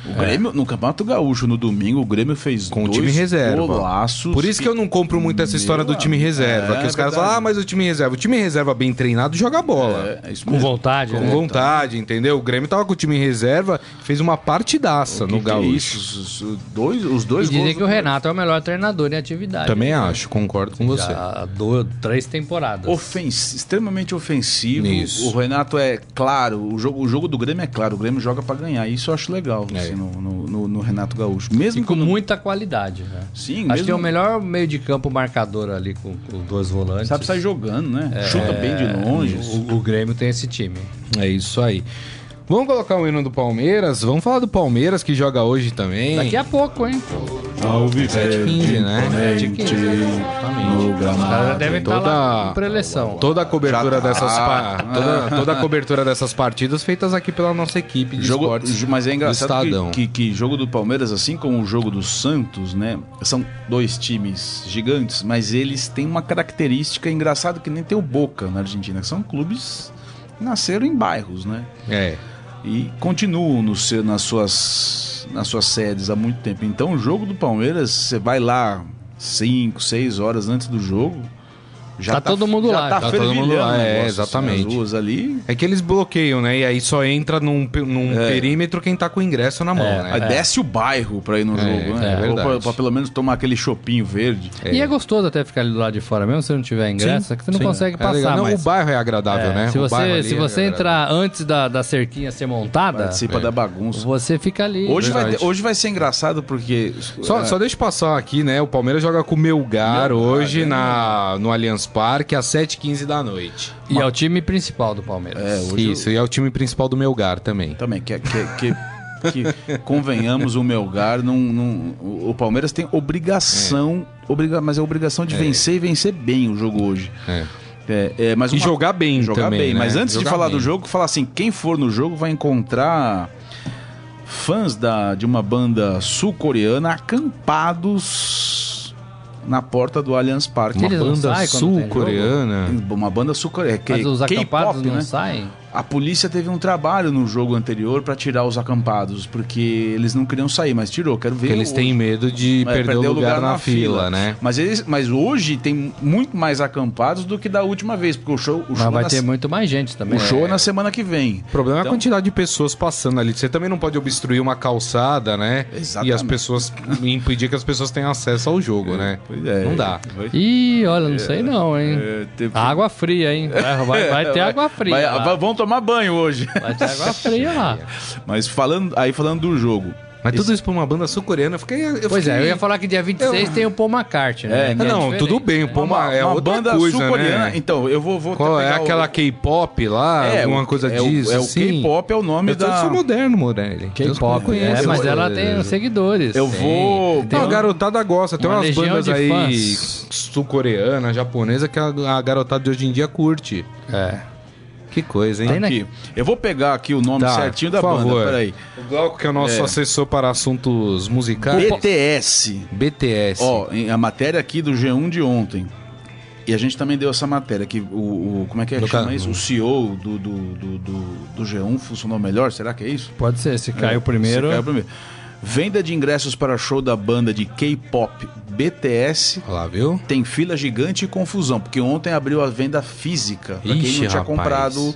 Speaker 3: O Grêmio, no Campeonato Gaúcho, no domingo, o Grêmio fez
Speaker 2: Com o
Speaker 3: dois
Speaker 2: time reserva.
Speaker 3: golaços.
Speaker 2: Por isso que eu não compro muito essa história do
Speaker 3: Meu
Speaker 2: time
Speaker 3: amigo,
Speaker 2: reserva.
Speaker 3: é
Speaker 2: que os caras
Speaker 3: verdade.
Speaker 2: falam, ah, mas o time reserva. O time reserva bem treinado joga bola.
Speaker 3: É, é isso
Speaker 4: Com
Speaker 3: mesmo.
Speaker 4: vontade,
Speaker 2: Com
Speaker 4: né?
Speaker 2: vontade, entendeu? O Grêmio tava com o time reserva, fez uma partidaça
Speaker 3: Que
Speaker 2: no
Speaker 3: que é
Speaker 2: Gaúcho.
Speaker 3: isso? Os- os- Dois, os dois
Speaker 4: E dizem
Speaker 3: gols
Speaker 4: que o
Speaker 3: do-
Speaker 4: Renato é o melhor treinador em atividade.
Speaker 2: Também acho, concordo com você.
Speaker 4: Já dois, três temporadas.
Speaker 3: Ofens, extremamente ofensivo.
Speaker 2: Isso.
Speaker 3: O Renato é claro, o jogo, o jogo do Grêmio é claro, o Grêmio joga pra ganhar. Isso eu acho legal
Speaker 2: É.
Speaker 3: assim, no, no- no- no Renato Gaúcho. Mesmo
Speaker 4: E com
Speaker 3: quando-
Speaker 4: muita qualidade, né?
Speaker 3: Sim,
Speaker 4: Acho
Speaker 3: mesmo,
Speaker 4: que é o melhor meio de campo marcador ali com, com dois volantes.
Speaker 3: Sabe sair jogando, né?
Speaker 4: É.
Speaker 3: Chuta bem de longe.
Speaker 4: O, o Grêmio tem esse time.
Speaker 2: É isso aí. Vamos colocar o hino do Palmeiras? Vamos falar do Palmeiras que joga hoje também.
Speaker 4: Daqui a pouco, hein?
Speaker 2: Ah,
Speaker 3: É
Speaker 2: Sete e quinze, né?
Speaker 3: No
Speaker 4: Os caras já
Speaker 3: gramado.
Speaker 4: devem estar
Speaker 2: toda-
Speaker 4: lá em preleção.
Speaker 2: Toda a cobertura dessas pa-
Speaker 3: Ah.
Speaker 2: toda, toda a cobertura dessas partidas feitas aqui pela nossa equipe de
Speaker 3: Jogo,
Speaker 2: esportes.
Speaker 3: mas é engraçado
Speaker 2: Estadão.
Speaker 3: que, que, que jogo do Palmeiras, assim como o jogo do Santos, né? São dois times gigantes, mas eles têm uma característica engraçada que nem tem o Boca na Argentina, que são clubes que nasceram em bairros, né?
Speaker 2: É.
Speaker 3: e continuam no seu, nas, suas, nas suas sedes há muito tempo. Então, o jogo do Palmeiras, você vai lá 5, 6 horas antes do jogo. Já
Speaker 4: Tá todo mundo
Speaker 3: já
Speaker 4: lá,
Speaker 3: Tá,
Speaker 2: tá todo
Speaker 3: fervilhando
Speaker 2: mundo lá,
Speaker 3: o
Speaker 2: é,
Speaker 3: negócio,
Speaker 2: exatamente.
Speaker 3: assim, As ruas ali.
Speaker 2: É que eles bloqueiam, né? E aí só entra num, pe- num perímetro quem tá com o ingresso na mão,
Speaker 3: aí
Speaker 2: né?
Speaker 3: Desce o bairro pra ir no jogo, né?
Speaker 2: é
Speaker 3: Ou
Speaker 2: verdade.
Speaker 3: pra, pra pelo menos tomar aquele chopinho verde.
Speaker 4: E é gostoso até ficar ali do lado de fora, mesmo se não tiver ingresso, é que você não consegue
Speaker 2: É legal.
Speaker 4: passar.
Speaker 2: Não,
Speaker 4: mas-
Speaker 2: O bairro é agradável,
Speaker 4: é,
Speaker 2: né?
Speaker 4: Se
Speaker 2: O bairro
Speaker 4: você,
Speaker 2: ali
Speaker 4: se
Speaker 2: é
Speaker 4: você
Speaker 2: agradável.
Speaker 4: entrar antes da, da cerquinha ser montada,
Speaker 3: Participa da bagunça.
Speaker 4: você fica ali.
Speaker 3: um Hoje vai,
Speaker 2: Verdade.
Speaker 3: ter- hoje vai ser engraçado porque.
Speaker 2: Só,
Speaker 3: é,
Speaker 2: só deixa eu passar aqui, né? O Palmeiras joga com o Melgar, hoje
Speaker 4: né?
Speaker 2: na, no Allianz Parque às 7h15 da noite.
Speaker 4: E é o time principal do Palmeiras.
Speaker 3: é, hoje
Speaker 2: Isso, e é o time principal do Melgar também.
Speaker 3: Também, que, que, que- que, convenhamos, o Melgar não. não- o o Palmeiras tem obrigação, obriga, mas é obrigação de vencer e vencer bem o jogo hoje.
Speaker 2: É.
Speaker 3: É, é, mas
Speaker 2: E
Speaker 3: uma-
Speaker 2: jogar bem
Speaker 3: jogar
Speaker 2: também,
Speaker 3: bem.
Speaker 2: né?
Speaker 3: Mas antes
Speaker 2: Jogar
Speaker 3: de falar
Speaker 2: bem.
Speaker 3: do jogo, falar assim: quem for no jogo vai encontrar fãs da, de uma banda sul-coreana acampados na porta do Allianz Parque.
Speaker 2: Uma
Speaker 4: Eles não
Speaker 2: banda
Speaker 4: saem quando tem jogo?
Speaker 2: sul-coreana.
Speaker 3: Uma banda sul-coreana.
Speaker 4: Mas os
Speaker 3: K-
Speaker 4: acampados
Speaker 3: K-pop,
Speaker 4: não
Speaker 3: né?
Speaker 4: saem?
Speaker 3: A polícia teve um trabalho no jogo anterior pra tirar os acampados, porque eles não queriam sair, mas tirou. Quero ver.
Speaker 2: Porque eles
Speaker 3: o-
Speaker 2: têm medo de
Speaker 3: é,
Speaker 2: perder, o lugar, na, fila, né?
Speaker 3: Mas, eles, mas hoje tem muito mais acampados do que da última vez, porque o show, o
Speaker 4: Mas
Speaker 3: show,
Speaker 4: vai
Speaker 3: na,
Speaker 4: ter muito mais gente
Speaker 3: o
Speaker 4: também.
Speaker 3: show é na semana que vem.
Speaker 2: O problema é a
Speaker 3: Então-
Speaker 2: quantidade de pessoas passando ali. Você também não pode obstruir uma calçada, né?
Speaker 3: Exatamente.
Speaker 2: E as pessoas e impedir que as pessoas tenham acesso ao jogo, né?
Speaker 3: Pois é.
Speaker 2: Não dá.
Speaker 3: Vai-
Speaker 4: Ih, olha, não sei não, hein?
Speaker 3: é, tem-
Speaker 2: Ah,
Speaker 4: Água fria, hein? Vai, vai- vai ter água fria.
Speaker 3: vai-
Speaker 4: lá.
Speaker 3: vai- vão tomar banho hoje.
Speaker 4: Vai ter água fria lá.
Speaker 3: Mas falando, aí falando do jogo.
Speaker 2: Mas tudo isso pra uma banda sul-coreana, eu fiquei. eu
Speaker 4: Pois é, eu
Speaker 2: fiquei-
Speaker 4: ia falar que dia 26 tem o Paul McCartney, né?
Speaker 3: É,
Speaker 4: Que
Speaker 2: não,
Speaker 4: diferente,
Speaker 2: tudo bem, o
Speaker 4: né?
Speaker 2: Paul Ma- é outra
Speaker 3: banda
Speaker 2: coisa,
Speaker 3: sul-coreana.
Speaker 2: né?
Speaker 3: Então, eu vou, vou
Speaker 2: Qual é
Speaker 3: pegar o-
Speaker 2: aquela K-pop lá? alguma
Speaker 3: o-
Speaker 2: coisa
Speaker 3: é o-
Speaker 2: disso?
Speaker 3: É o
Speaker 2: assim?
Speaker 3: K-pop é o nome
Speaker 2: Eu tô-
Speaker 3: da
Speaker 2: sou moderno, Morelli. Eu
Speaker 4: K-pop,
Speaker 2: conheço.
Speaker 4: é, mas
Speaker 2: Eu-
Speaker 4: ela tem os seguidores.
Speaker 3: Eu
Speaker 4: Tem.
Speaker 3: vou.
Speaker 2: Não, Então, a garotada gosta. Tem
Speaker 4: uma
Speaker 2: umas
Speaker 4: legião
Speaker 2: bandas
Speaker 4: de
Speaker 2: aí
Speaker 4: fãs.
Speaker 2: sul-coreana, japonesa, que a, a garotada de hoje em dia curte.
Speaker 4: É.
Speaker 2: Que coisa, hein?
Speaker 4: Tem na-
Speaker 3: Aqui. Eu vou pegar aqui o nome
Speaker 2: Tá,
Speaker 3: certinho da
Speaker 2: por favor.
Speaker 3: banda, peraí.
Speaker 2: O Glauco, que é o nosso
Speaker 3: É.
Speaker 2: assessor para assuntos musicais.
Speaker 3: BTS.
Speaker 2: BTS.
Speaker 3: Ó, em- a matéria aqui do G1 de um ontem. e a gente também deu essa matéria que o, o- como é que é,
Speaker 2: Do
Speaker 3: chama
Speaker 2: cara-
Speaker 3: isso? O CEO do, do, do, do, do G1 funcionou melhor, será que é isso?
Speaker 4: Pode ser, se caiu
Speaker 3: É,
Speaker 4: primeiro.
Speaker 3: se caiu primeiro. Venda de ingressos para show da banda de K-pop BTS
Speaker 2: Olha lá, viu?
Speaker 3: tem fila gigante e confusão, porque ontem abriu a venda física para quem não
Speaker 2: Ixi,
Speaker 3: tinha
Speaker 2: rapaz.
Speaker 3: comprado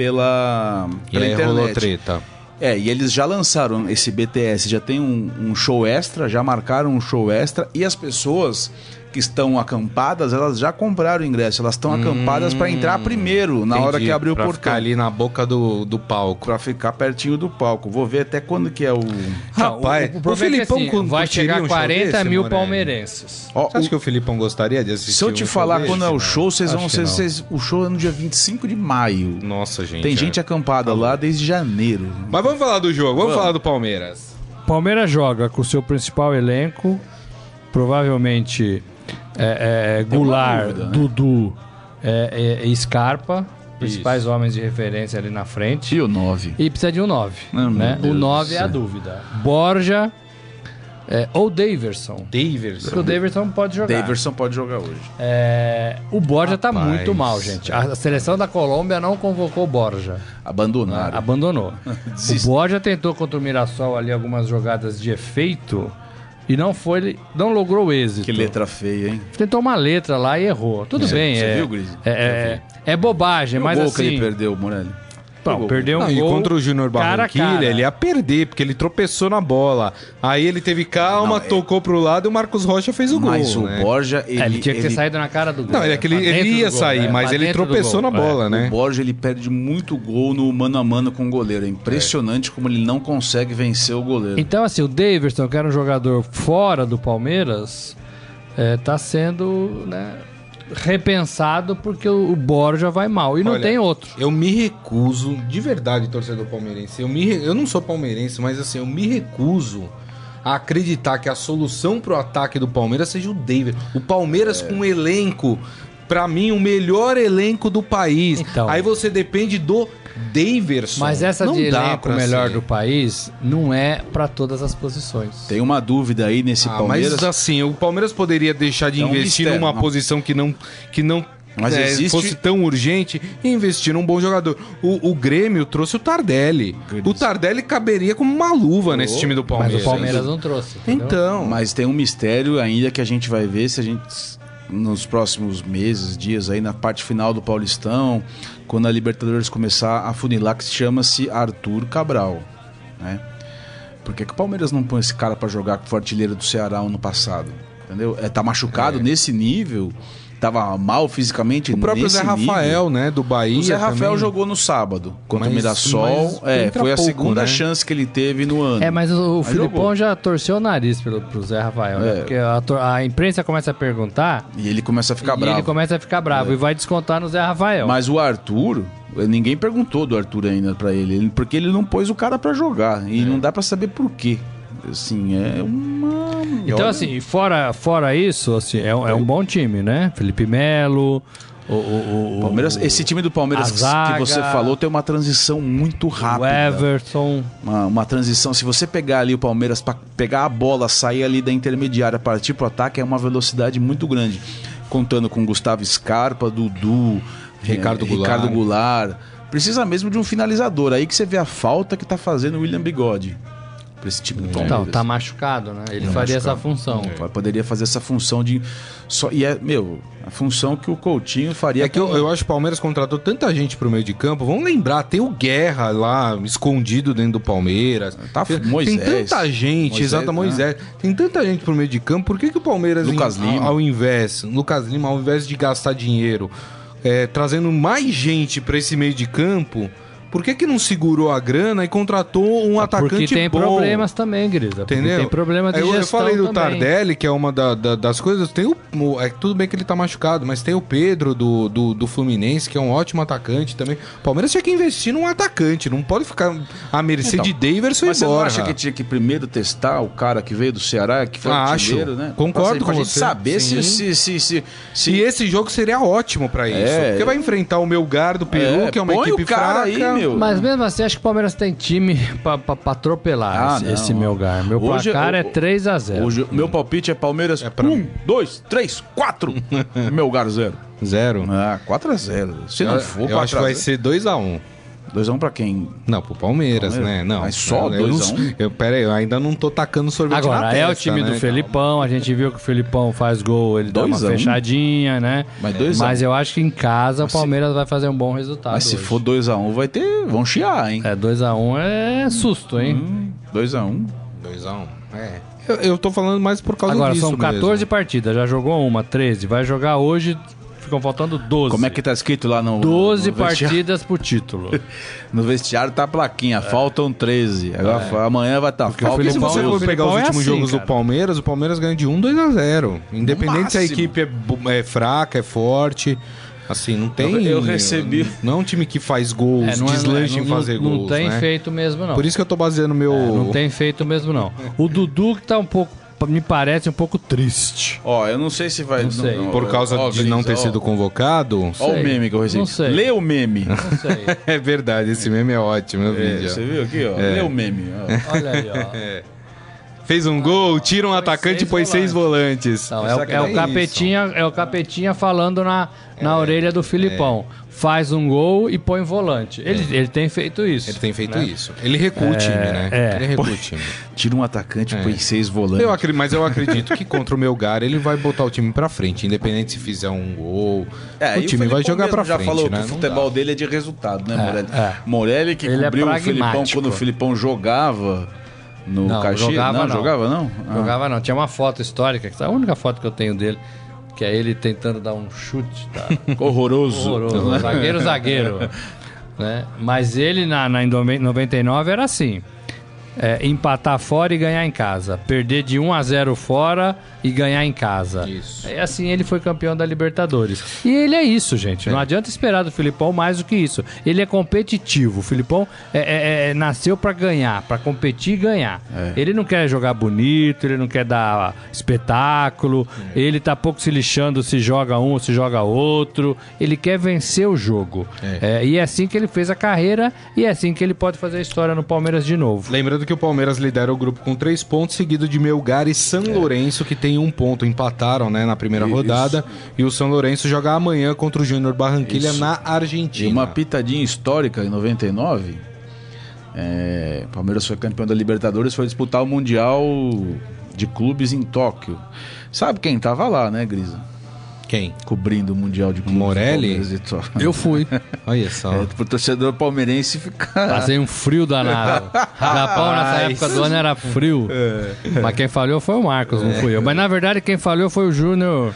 Speaker 3: pela,
Speaker 2: E
Speaker 3: pela
Speaker 2: aí rolou
Speaker 3: internet.
Speaker 2: treta.
Speaker 3: É, e eles já lançaram esse BTS, já tem um, um show extra, já marcaram um show extra e as pessoas que estão acampadas, elas já compraram o ingresso, elas estão acampadas para entrar primeiro na hora
Speaker 2: Hum, Entendi,
Speaker 3: que abrir o
Speaker 2: pra
Speaker 3: portão,
Speaker 2: ficar ali na boca do, do palco.
Speaker 3: para ficar pertinho do palco. Vou ver até quando que é o
Speaker 4: Não,
Speaker 2: Rapaz, Ah, o
Speaker 4: problema
Speaker 2: Filipão
Speaker 4: assim, vai
Speaker 2: curtiria
Speaker 4: chegar
Speaker 2: um show
Speaker 4: 40
Speaker 2: desse,
Speaker 4: mil
Speaker 2: Morelli?
Speaker 4: palmeirenses.
Speaker 3: Ó,
Speaker 2: Você acha
Speaker 3: o-
Speaker 2: que o Filipão gostaria de assistir?
Speaker 3: Se eu
Speaker 2: um
Speaker 3: te
Speaker 2: show
Speaker 3: falar
Speaker 2: desse?
Speaker 3: quando é o show, vocês
Speaker 4: Acho
Speaker 3: vão.
Speaker 4: que
Speaker 3: Vocês,
Speaker 4: não.
Speaker 3: vocês- o show é no dia 25 de maio.
Speaker 2: Nossa, gente.
Speaker 3: Tem
Speaker 2: é.
Speaker 3: gente acampada lá desde janeiro.
Speaker 2: Mas vamos falar do jogo, vamos, falar do Palmeiras.
Speaker 4: Palmeiras joga com o seu principal elenco, provavelmente é, é, Goulart,
Speaker 3: dúvida, né?
Speaker 4: Dudu é, é, e Scarpa, principais
Speaker 2: Isso.
Speaker 4: homens de referência ali na frente.
Speaker 3: Tio 9.
Speaker 4: E precisa de um 9.
Speaker 3: Ah, meu
Speaker 4: né? O
Speaker 3: Deus do
Speaker 4: 9 é a
Speaker 3: céu.
Speaker 4: dúvida. Borja é, ou Daverson. Porque o
Speaker 2: Daverson.
Speaker 4: Daverson pode jogar.
Speaker 3: Daverson pode jogar hoje.
Speaker 4: É, o Borja tá
Speaker 2: Rapaz.
Speaker 4: muito mal, gente. A seleção da Colômbia não convocou o Borja.
Speaker 3: Abandonaram.
Speaker 2: Ah,
Speaker 4: Abandonou. o
Speaker 3: Desiste.
Speaker 4: Borja tentou contra o Mirassol ali algumas jogadas de efeito e não foi, não logrou êxito.
Speaker 2: então.
Speaker 3: Que letra feia, hein?
Speaker 4: Tentou uma letra lá e errou. Tudo bem,
Speaker 3: Você
Speaker 4: é,
Speaker 3: viu, Gris?
Speaker 4: é, é, é bobagem,
Speaker 3: o
Speaker 4: mas
Speaker 3: gol que
Speaker 4: assim,
Speaker 3: ele perdeu, Morelli.
Speaker 4: pô,
Speaker 3: gol.
Speaker 4: perdeu um
Speaker 2: Não, e
Speaker 4: gol
Speaker 2: contra o Júnior
Speaker 4: cara a
Speaker 2: Barranquilla,
Speaker 4: cara.
Speaker 2: ele ia perder, porque ele tropeçou na bola. Aí ele teve calma, tocou pro lado e o Marcos Rocha fez o gol.
Speaker 3: Mas o
Speaker 2: né?
Speaker 3: Borja, ele,
Speaker 4: É, ele tinha que ter
Speaker 3: ele-
Speaker 4: saído na cara do gol.
Speaker 2: Não, ele, é que ele-
Speaker 4: Pra
Speaker 2: ele
Speaker 4: dentro
Speaker 2: ia
Speaker 4: do gol,
Speaker 2: sair,
Speaker 4: né?
Speaker 2: mas
Speaker 4: Pra
Speaker 2: ele
Speaker 4: dentro do
Speaker 2: tropeçou na
Speaker 4: gol, é.
Speaker 2: bola,
Speaker 3: O
Speaker 2: né?
Speaker 3: Borja ele perde muito gol no mano a mano com o goleiro. É impressionante como ele não consegue vencer o goleiro.
Speaker 4: Então, assim, o Davidson, que era um jogador fora do Palmeiras, está sendo né, repensado porque o, o Borja vai mal. E não
Speaker 2: Olha,
Speaker 4: tem outro.
Speaker 2: Eu me recuso, de verdade, torcedor palmeirense. Eu, me re- eu não sou palmeirense, mas assim, eu me recuso a acreditar que a solução pro ataque do Palmeiras seja o David. O
Speaker 4: É.
Speaker 2: Palmeiras com um elenco, pra mim, o melhor elenco do país.
Speaker 4: Então.
Speaker 2: Aí você depende do Daverson.
Speaker 4: Mas essa
Speaker 2: não
Speaker 4: de
Speaker 2: dá
Speaker 4: elenco
Speaker 2: pra
Speaker 4: melhor
Speaker 2: ser.
Speaker 4: do país não é para todas as posições.
Speaker 3: Tem uma dúvida aí nesse
Speaker 2: Ah,
Speaker 3: Palmeiras.
Speaker 2: mas assim, o Palmeiras poderia deixar de
Speaker 3: É um
Speaker 2: investir
Speaker 3: mistério,
Speaker 2: numa
Speaker 3: não.
Speaker 2: posição que não, que não é,
Speaker 3: Mas existe-
Speaker 2: fosse tão urgente e investir num bom jogador. O, o Grêmio trouxe o Tardelli. O Tardelli caberia como uma luva nesse time do
Speaker 4: Mas
Speaker 2: Palmeiras.
Speaker 4: o Palmeiras não trouxe. entendeu?
Speaker 2: Então,
Speaker 3: Mas tem um mistério ainda que a gente vai ver se a gente nos próximos meses, dias aí na parte final do Paulistão, quando a Libertadores começar a funilar que chama-se Arthur Cabral, né? Por que, que o Palmeiras não põe esse cara pra jogar que foi artilheiro do Ceará ano passado? Entendeu? É, tá machucado nesse nível, tava mal fisicamente
Speaker 2: o próprio
Speaker 3: nesse
Speaker 2: Zé
Speaker 3: nível.
Speaker 2: Rafael, né, do Bahia.
Speaker 3: O Zé Rafael
Speaker 2: também.
Speaker 3: jogou no sábado contra o
Speaker 2: Mas-
Speaker 3: Mirassol.
Speaker 2: mas
Speaker 3: É,
Speaker 2: entra
Speaker 3: foi a
Speaker 2: pouco,
Speaker 3: segunda
Speaker 2: né?
Speaker 3: chance que ele teve no ano.
Speaker 4: É, mas o, o
Speaker 3: Mas
Speaker 4: Filipão
Speaker 3: jogou.
Speaker 4: já torceu o nariz pelo, pro Zé Rafael, né?
Speaker 3: É.
Speaker 4: Porque a, tor- a imprensa começa a perguntar
Speaker 3: E ele começa a ficar
Speaker 4: e ele
Speaker 3: bravo. É.
Speaker 4: começa a ficar bravo e vai descontar no Zé Rafael.
Speaker 3: Mas o Arthur, ninguém perguntou do Arthur ainda pra ele, ele- porque ele não pôs o cara pra jogar
Speaker 4: É.
Speaker 3: e não dá pra saber por quê. Assim, é uma
Speaker 4: Então,
Speaker 3: olha,
Speaker 4: assim, fora, fora isso, assim, é, um- é um bom time, né? Felipe Melo, o, o, o-
Speaker 3: Palmeiras,
Speaker 4: o-
Speaker 3: esse time do Palmeiras
Speaker 4: a
Speaker 3: que,
Speaker 4: zaga-
Speaker 3: que você falou tem uma transição muito
Speaker 4: o
Speaker 3: rápida.
Speaker 4: Everton.
Speaker 3: Uma, uma transição, se você pegar ali o Palmeiras pra pegar a bola, sair ali da intermediária, partir pro ataque é uma velocidade muito grande, contando com Gustavo Scarpa, Dudu,
Speaker 2: Ricardo
Speaker 3: eh,
Speaker 2: Goulart.
Speaker 3: Ricardo Goulart. Precisa mesmo de um finalizador. Aí que você vê a falta que tá fazendo o William Bigode pra esse time do
Speaker 2: É.
Speaker 3: Palmeiras.
Speaker 4: Então, tá machucado, né? Ele
Speaker 3: Tá machucado.
Speaker 4: faria essa função.
Speaker 3: Pô, Poderia fazer essa função de. Só, e é, meu, a função que o Coutinho faria.
Speaker 2: É que eu, eu acho que o Palmeiras contratou tanta gente pro meio de campo. Vamos lembrar, tem o Guerra lá, escondido dentro do Palmeiras.
Speaker 3: Tá,
Speaker 2: tem,
Speaker 3: Moisés.
Speaker 2: tem tanta gente,
Speaker 3: Moisés,
Speaker 2: exato,
Speaker 3: né?
Speaker 2: Moisés. Tem tanta gente pro meio de campo. Por que, que o Palmeiras,
Speaker 3: Lucas
Speaker 2: em-
Speaker 3: Lima.
Speaker 2: Ao, ao invés, Lucas Lima, ao invés de gastar dinheiro é, trazendo mais gente pra esse meio de campo, por que, que não segurou a grana e contratou um atacante
Speaker 4: Ah, Porque tem
Speaker 2: bom?
Speaker 4: problemas também, Grisa. porque
Speaker 2: Entendeu?
Speaker 4: Tem problemas de
Speaker 2: É, eu, eu
Speaker 4: gestão
Speaker 2: falei do
Speaker 4: também.
Speaker 2: Tardelli, que é uma da- da- das coisas. Tem o, o- é que tudo bem que ele tá machucado, mas tem o Pedro do, do, do Fluminense, que é um ótimo atacante também. O Palmeiras tinha que investir num atacante, não pode ficar à mercê
Speaker 3: Então,
Speaker 2: de Daverson e
Speaker 3: Mas você não
Speaker 2: Borja.
Speaker 3: acha que tinha que primeiro testar o cara que veio do Ceará, que foi
Speaker 2: Ah,
Speaker 3: artilheiro,
Speaker 2: acho.
Speaker 3: né?
Speaker 2: Concordo
Speaker 3: pra, pra
Speaker 2: com
Speaker 3: gente
Speaker 2: você.
Speaker 3: saber
Speaker 2: Sim.
Speaker 3: se, se, se, se, se-
Speaker 2: E esse jogo seria ótimo pra isso.
Speaker 3: É.
Speaker 2: porque vai enfrentar o Melgar do Peru, que é uma
Speaker 3: põe
Speaker 2: equipe
Speaker 3: o cara
Speaker 2: fraca.
Speaker 3: aí, meu.
Speaker 4: Mas mesmo assim, acho que o Palmeiras tem time pra, pra, pra atropelar
Speaker 3: Ah,
Speaker 4: esse,
Speaker 3: não.
Speaker 4: esse meu lugar. Meu
Speaker 3: Hoje-
Speaker 4: placar é
Speaker 3: o-
Speaker 4: 3 a 0
Speaker 3: Hoje, meu palpite é Palmeiras.
Speaker 2: pra
Speaker 3: um, dois, três, quatro. meu gar zero.
Speaker 2: Zero.
Speaker 3: Ah, 4x0. Se não
Speaker 2: Eu-
Speaker 3: for, 4x0.
Speaker 2: eu acho que vai ser 2x1.
Speaker 3: 2x1 pra quem?
Speaker 2: Não, pro Palmeiras,
Speaker 3: Palmeiras?
Speaker 2: né? Não.
Speaker 3: Mas só
Speaker 2: Eu- eu não-
Speaker 3: 2x1?
Speaker 2: Eu, pera aí, eu ainda não tô tacando sorvete na
Speaker 4: Agora,
Speaker 2: testa,
Speaker 4: é o time do
Speaker 2: né?
Speaker 4: Felipão, a gente viu que o Felipão faz gol, ele dá uma
Speaker 3: Dois a um.
Speaker 4: fechadinha, né?
Speaker 3: Mas dois a um.
Speaker 4: Mas eu acho que em casa o
Speaker 3: se-
Speaker 4: Palmeiras vai fazer um bom resultado.
Speaker 3: Mas se
Speaker 4: hoje.
Speaker 3: for 2x1, vai ter. Vão chiar, hein?
Speaker 4: É, 2x1 é susto, hein?
Speaker 3: Hum, 2x1.
Speaker 2: 2x1. É. Eu, eu tô falando mais por causa
Speaker 4: Agora,
Speaker 2: disso
Speaker 4: são 14
Speaker 2: mesmo.
Speaker 4: partidas, já jogou uma, 13. Vai jogar hoje, ficam faltando 12.
Speaker 3: Como é que tá escrito lá no.
Speaker 4: 12
Speaker 3: no vestiário?
Speaker 4: partidas pro título.
Speaker 3: No vestiário tá a plaquinha, faltam 13. Agora fa- amanhã vai
Speaker 2: É.
Speaker 3: estar tá,
Speaker 2: Porque o
Speaker 3: falta.
Speaker 2: Felipão, se você
Speaker 4: o
Speaker 2: for pegar
Speaker 4: Felipão
Speaker 2: os
Speaker 4: é
Speaker 2: últimos
Speaker 4: assim,
Speaker 2: jogos
Speaker 4: cara.
Speaker 2: do Palmeiras, o Palmeiras ganha de 1, 2 a 0. Independente se a
Speaker 3: máximo.
Speaker 2: equipe é, bu- é fraca, é forte. Assim, não tem.
Speaker 3: Eu- eu recebi-
Speaker 2: Não é um time que faz gols,
Speaker 4: É, não é-
Speaker 2: deslancha
Speaker 4: não-
Speaker 2: em fazer
Speaker 4: não,
Speaker 2: gols.
Speaker 4: Não tem
Speaker 2: né?
Speaker 4: feito mesmo, não.
Speaker 2: Por isso que eu tô baseando meu.
Speaker 4: É, não tem feito mesmo, não. O Dudu que tá um pouco, me parece um pouco triste.
Speaker 3: Ó, eu não sei se vai.
Speaker 4: Não sei.
Speaker 2: Por causa
Speaker 3: ó,
Speaker 2: de não
Speaker 3: Cris,
Speaker 2: ter
Speaker 3: ó.
Speaker 2: sido convocado.
Speaker 3: Ó
Speaker 4: Sei.
Speaker 3: o meme que eu recebi.
Speaker 4: Não sei.
Speaker 3: Lê o meme.
Speaker 4: Não sei.
Speaker 2: É verdade, esse meme é ótimo. Eu
Speaker 3: É,
Speaker 2: vi já.
Speaker 3: você viu aqui, ó? Lê o meme. ó.
Speaker 4: Olha aí, ó.
Speaker 2: Fez um gol, tira um atacante e põe seis volantes.
Speaker 4: Não, é, o, é o
Speaker 2: Isso. É,
Speaker 4: capetinha, é o capetinha falando na, na orelha do Filipão. Faz um gol e põe volante. Ele, ele tem feito isso.
Speaker 2: É. Ele tem feito
Speaker 4: né?
Speaker 2: isso. Ele recua o time, né?
Speaker 4: é.
Speaker 2: Ele recua o time.
Speaker 3: Tira um atacante, põe seis volantes.
Speaker 2: Eu acre- mas eu acredito que contra o Melgar ele vai botar o time pra frente, independente se fizer um gol.
Speaker 3: É, e
Speaker 2: o time vai
Speaker 3: Felipão
Speaker 2: jogar
Speaker 3: mesmo
Speaker 2: pra
Speaker 3: já
Speaker 2: frente,
Speaker 3: falou
Speaker 2: né?
Speaker 3: que o
Speaker 2: Não
Speaker 3: futebol dele é de resultado, né, Morelli?
Speaker 4: é.
Speaker 3: Morelli que
Speaker 4: Ele é
Speaker 3: cobriu o Filipão
Speaker 4: pragmático.
Speaker 3: quando o Filipão jogava no
Speaker 4: Não,
Speaker 3: Caxias.
Speaker 4: jogava
Speaker 3: não,
Speaker 4: não.
Speaker 3: jogava não? Ah.
Speaker 4: Jogava não. Tinha uma foto histórica, que é a única foto que eu tenho dele, que é ele tentando dar um chute. Tá?
Speaker 3: Horroroso. é?
Speaker 4: Horroroso. Zagueiro, zagueiro. né? Mas ele na, na em 99 era assim. É, empatar fora e ganhar em casa. Perder de 1 a 0 fora e ganhar em casa.
Speaker 2: Isso.
Speaker 4: É assim, ele foi campeão da Libertadores. E ele é isso, gente. Não adianta esperar do Filipão mais do que isso. Ele é competitivo. O Filipão é, é- é- nasceu pra ganhar, pra competir e ganhar. Ele não quer jogar bonito, ele não quer dar espetáculo, ele tá pouco se lixando se joga um ou se joga outro. Ele quer vencer o jogo. É, e é assim que ele fez a carreira e é assim que ele pode fazer a história no Palmeiras de novo.
Speaker 2: Lembrando que o Palmeiras lidera o grupo com três pontos, seguido de Melgar e São Lourenço, que tem um ponto. Empataram né, na primeira
Speaker 3: É. Isso.
Speaker 2: rodada. E o São Lourenço joga amanhã contra o Júnior Barranquilha
Speaker 3: Isso.
Speaker 2: na
Speaker 3: E
Speaker 2: Argentina.
Speaker 3: uma pitadinha histórica em 99. É, o Palmeiras foi campeão da Libertadores, foi disputar o Mundial de Clubes em Tóquio. Sabe quem tava lá, né, Grisa?
Speaker 2: Quem?
Speaker 3: Cobrindo o Mundial de Clubes
Speaker 2: Morelli?
Speaker 3: do Palmeiras de Tóquio.
Speaker 4: Eu fui.
Speaker 2: Olha só.
Speaker 3: É, pro torcedor palmeirense ficar.
Speaker 4: Passei um frio danado. Japão nessa época do ano era frio. Mas quem falhou foi o Marcos, não fui eu. Mas na verdade quem falhou foi o Júnior.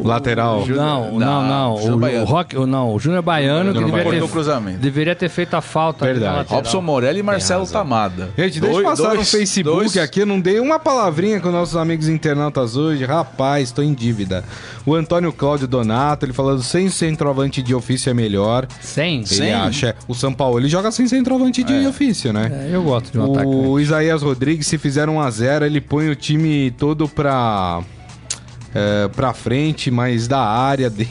Speaker 2: Lateral.
Speaker 4: Não, não,
Speaker 3: Não,
Speaker 4: não.
Speaker 3: o Júnior
Speaker 4: O, o
Speaker 3: Baiano.
Speaker 4: Rock, o- não, o Júnior Baiano que
Speaker 2: Júnior
Speaker 4: deveria
Speaker 2: Baiano.
Speaker 4: ter,
Speaker 3: Cortou o cruzamento.
Speaker 4: deveria ter feito a falta. ali na
Speaker 2: Verdade.
Speaker 4: lateral.
Speaker 3: Robson Morelli e Marcelo Tamada.
Speaker 2: Gente, deixa eu
Speaker 3: Dois-
Speaker 2: passar no
Speaker 3: dois-
Speaker 2: Facebook
Speaker 3: dois-
Speaker 2: aqui. Eu não dei uma palavrinha com nossos amigos internautas hoje. Rapaz, tô em dívida. O Antônio Cláudio Donato, ele falando sem centroavante de ofício é melhor.
Speaker 4: Sem?
Speaker 2: Ele acha. é, O São Paulo, ele joga sem centroavante de ofício, né?
Speaker 4: É, eu gosto de um atacante.
Speaker 2: O Isaías Rodrigues, se fizer 1 a 0 ele põe o time todo pra, é, pra frente, mas da área dele.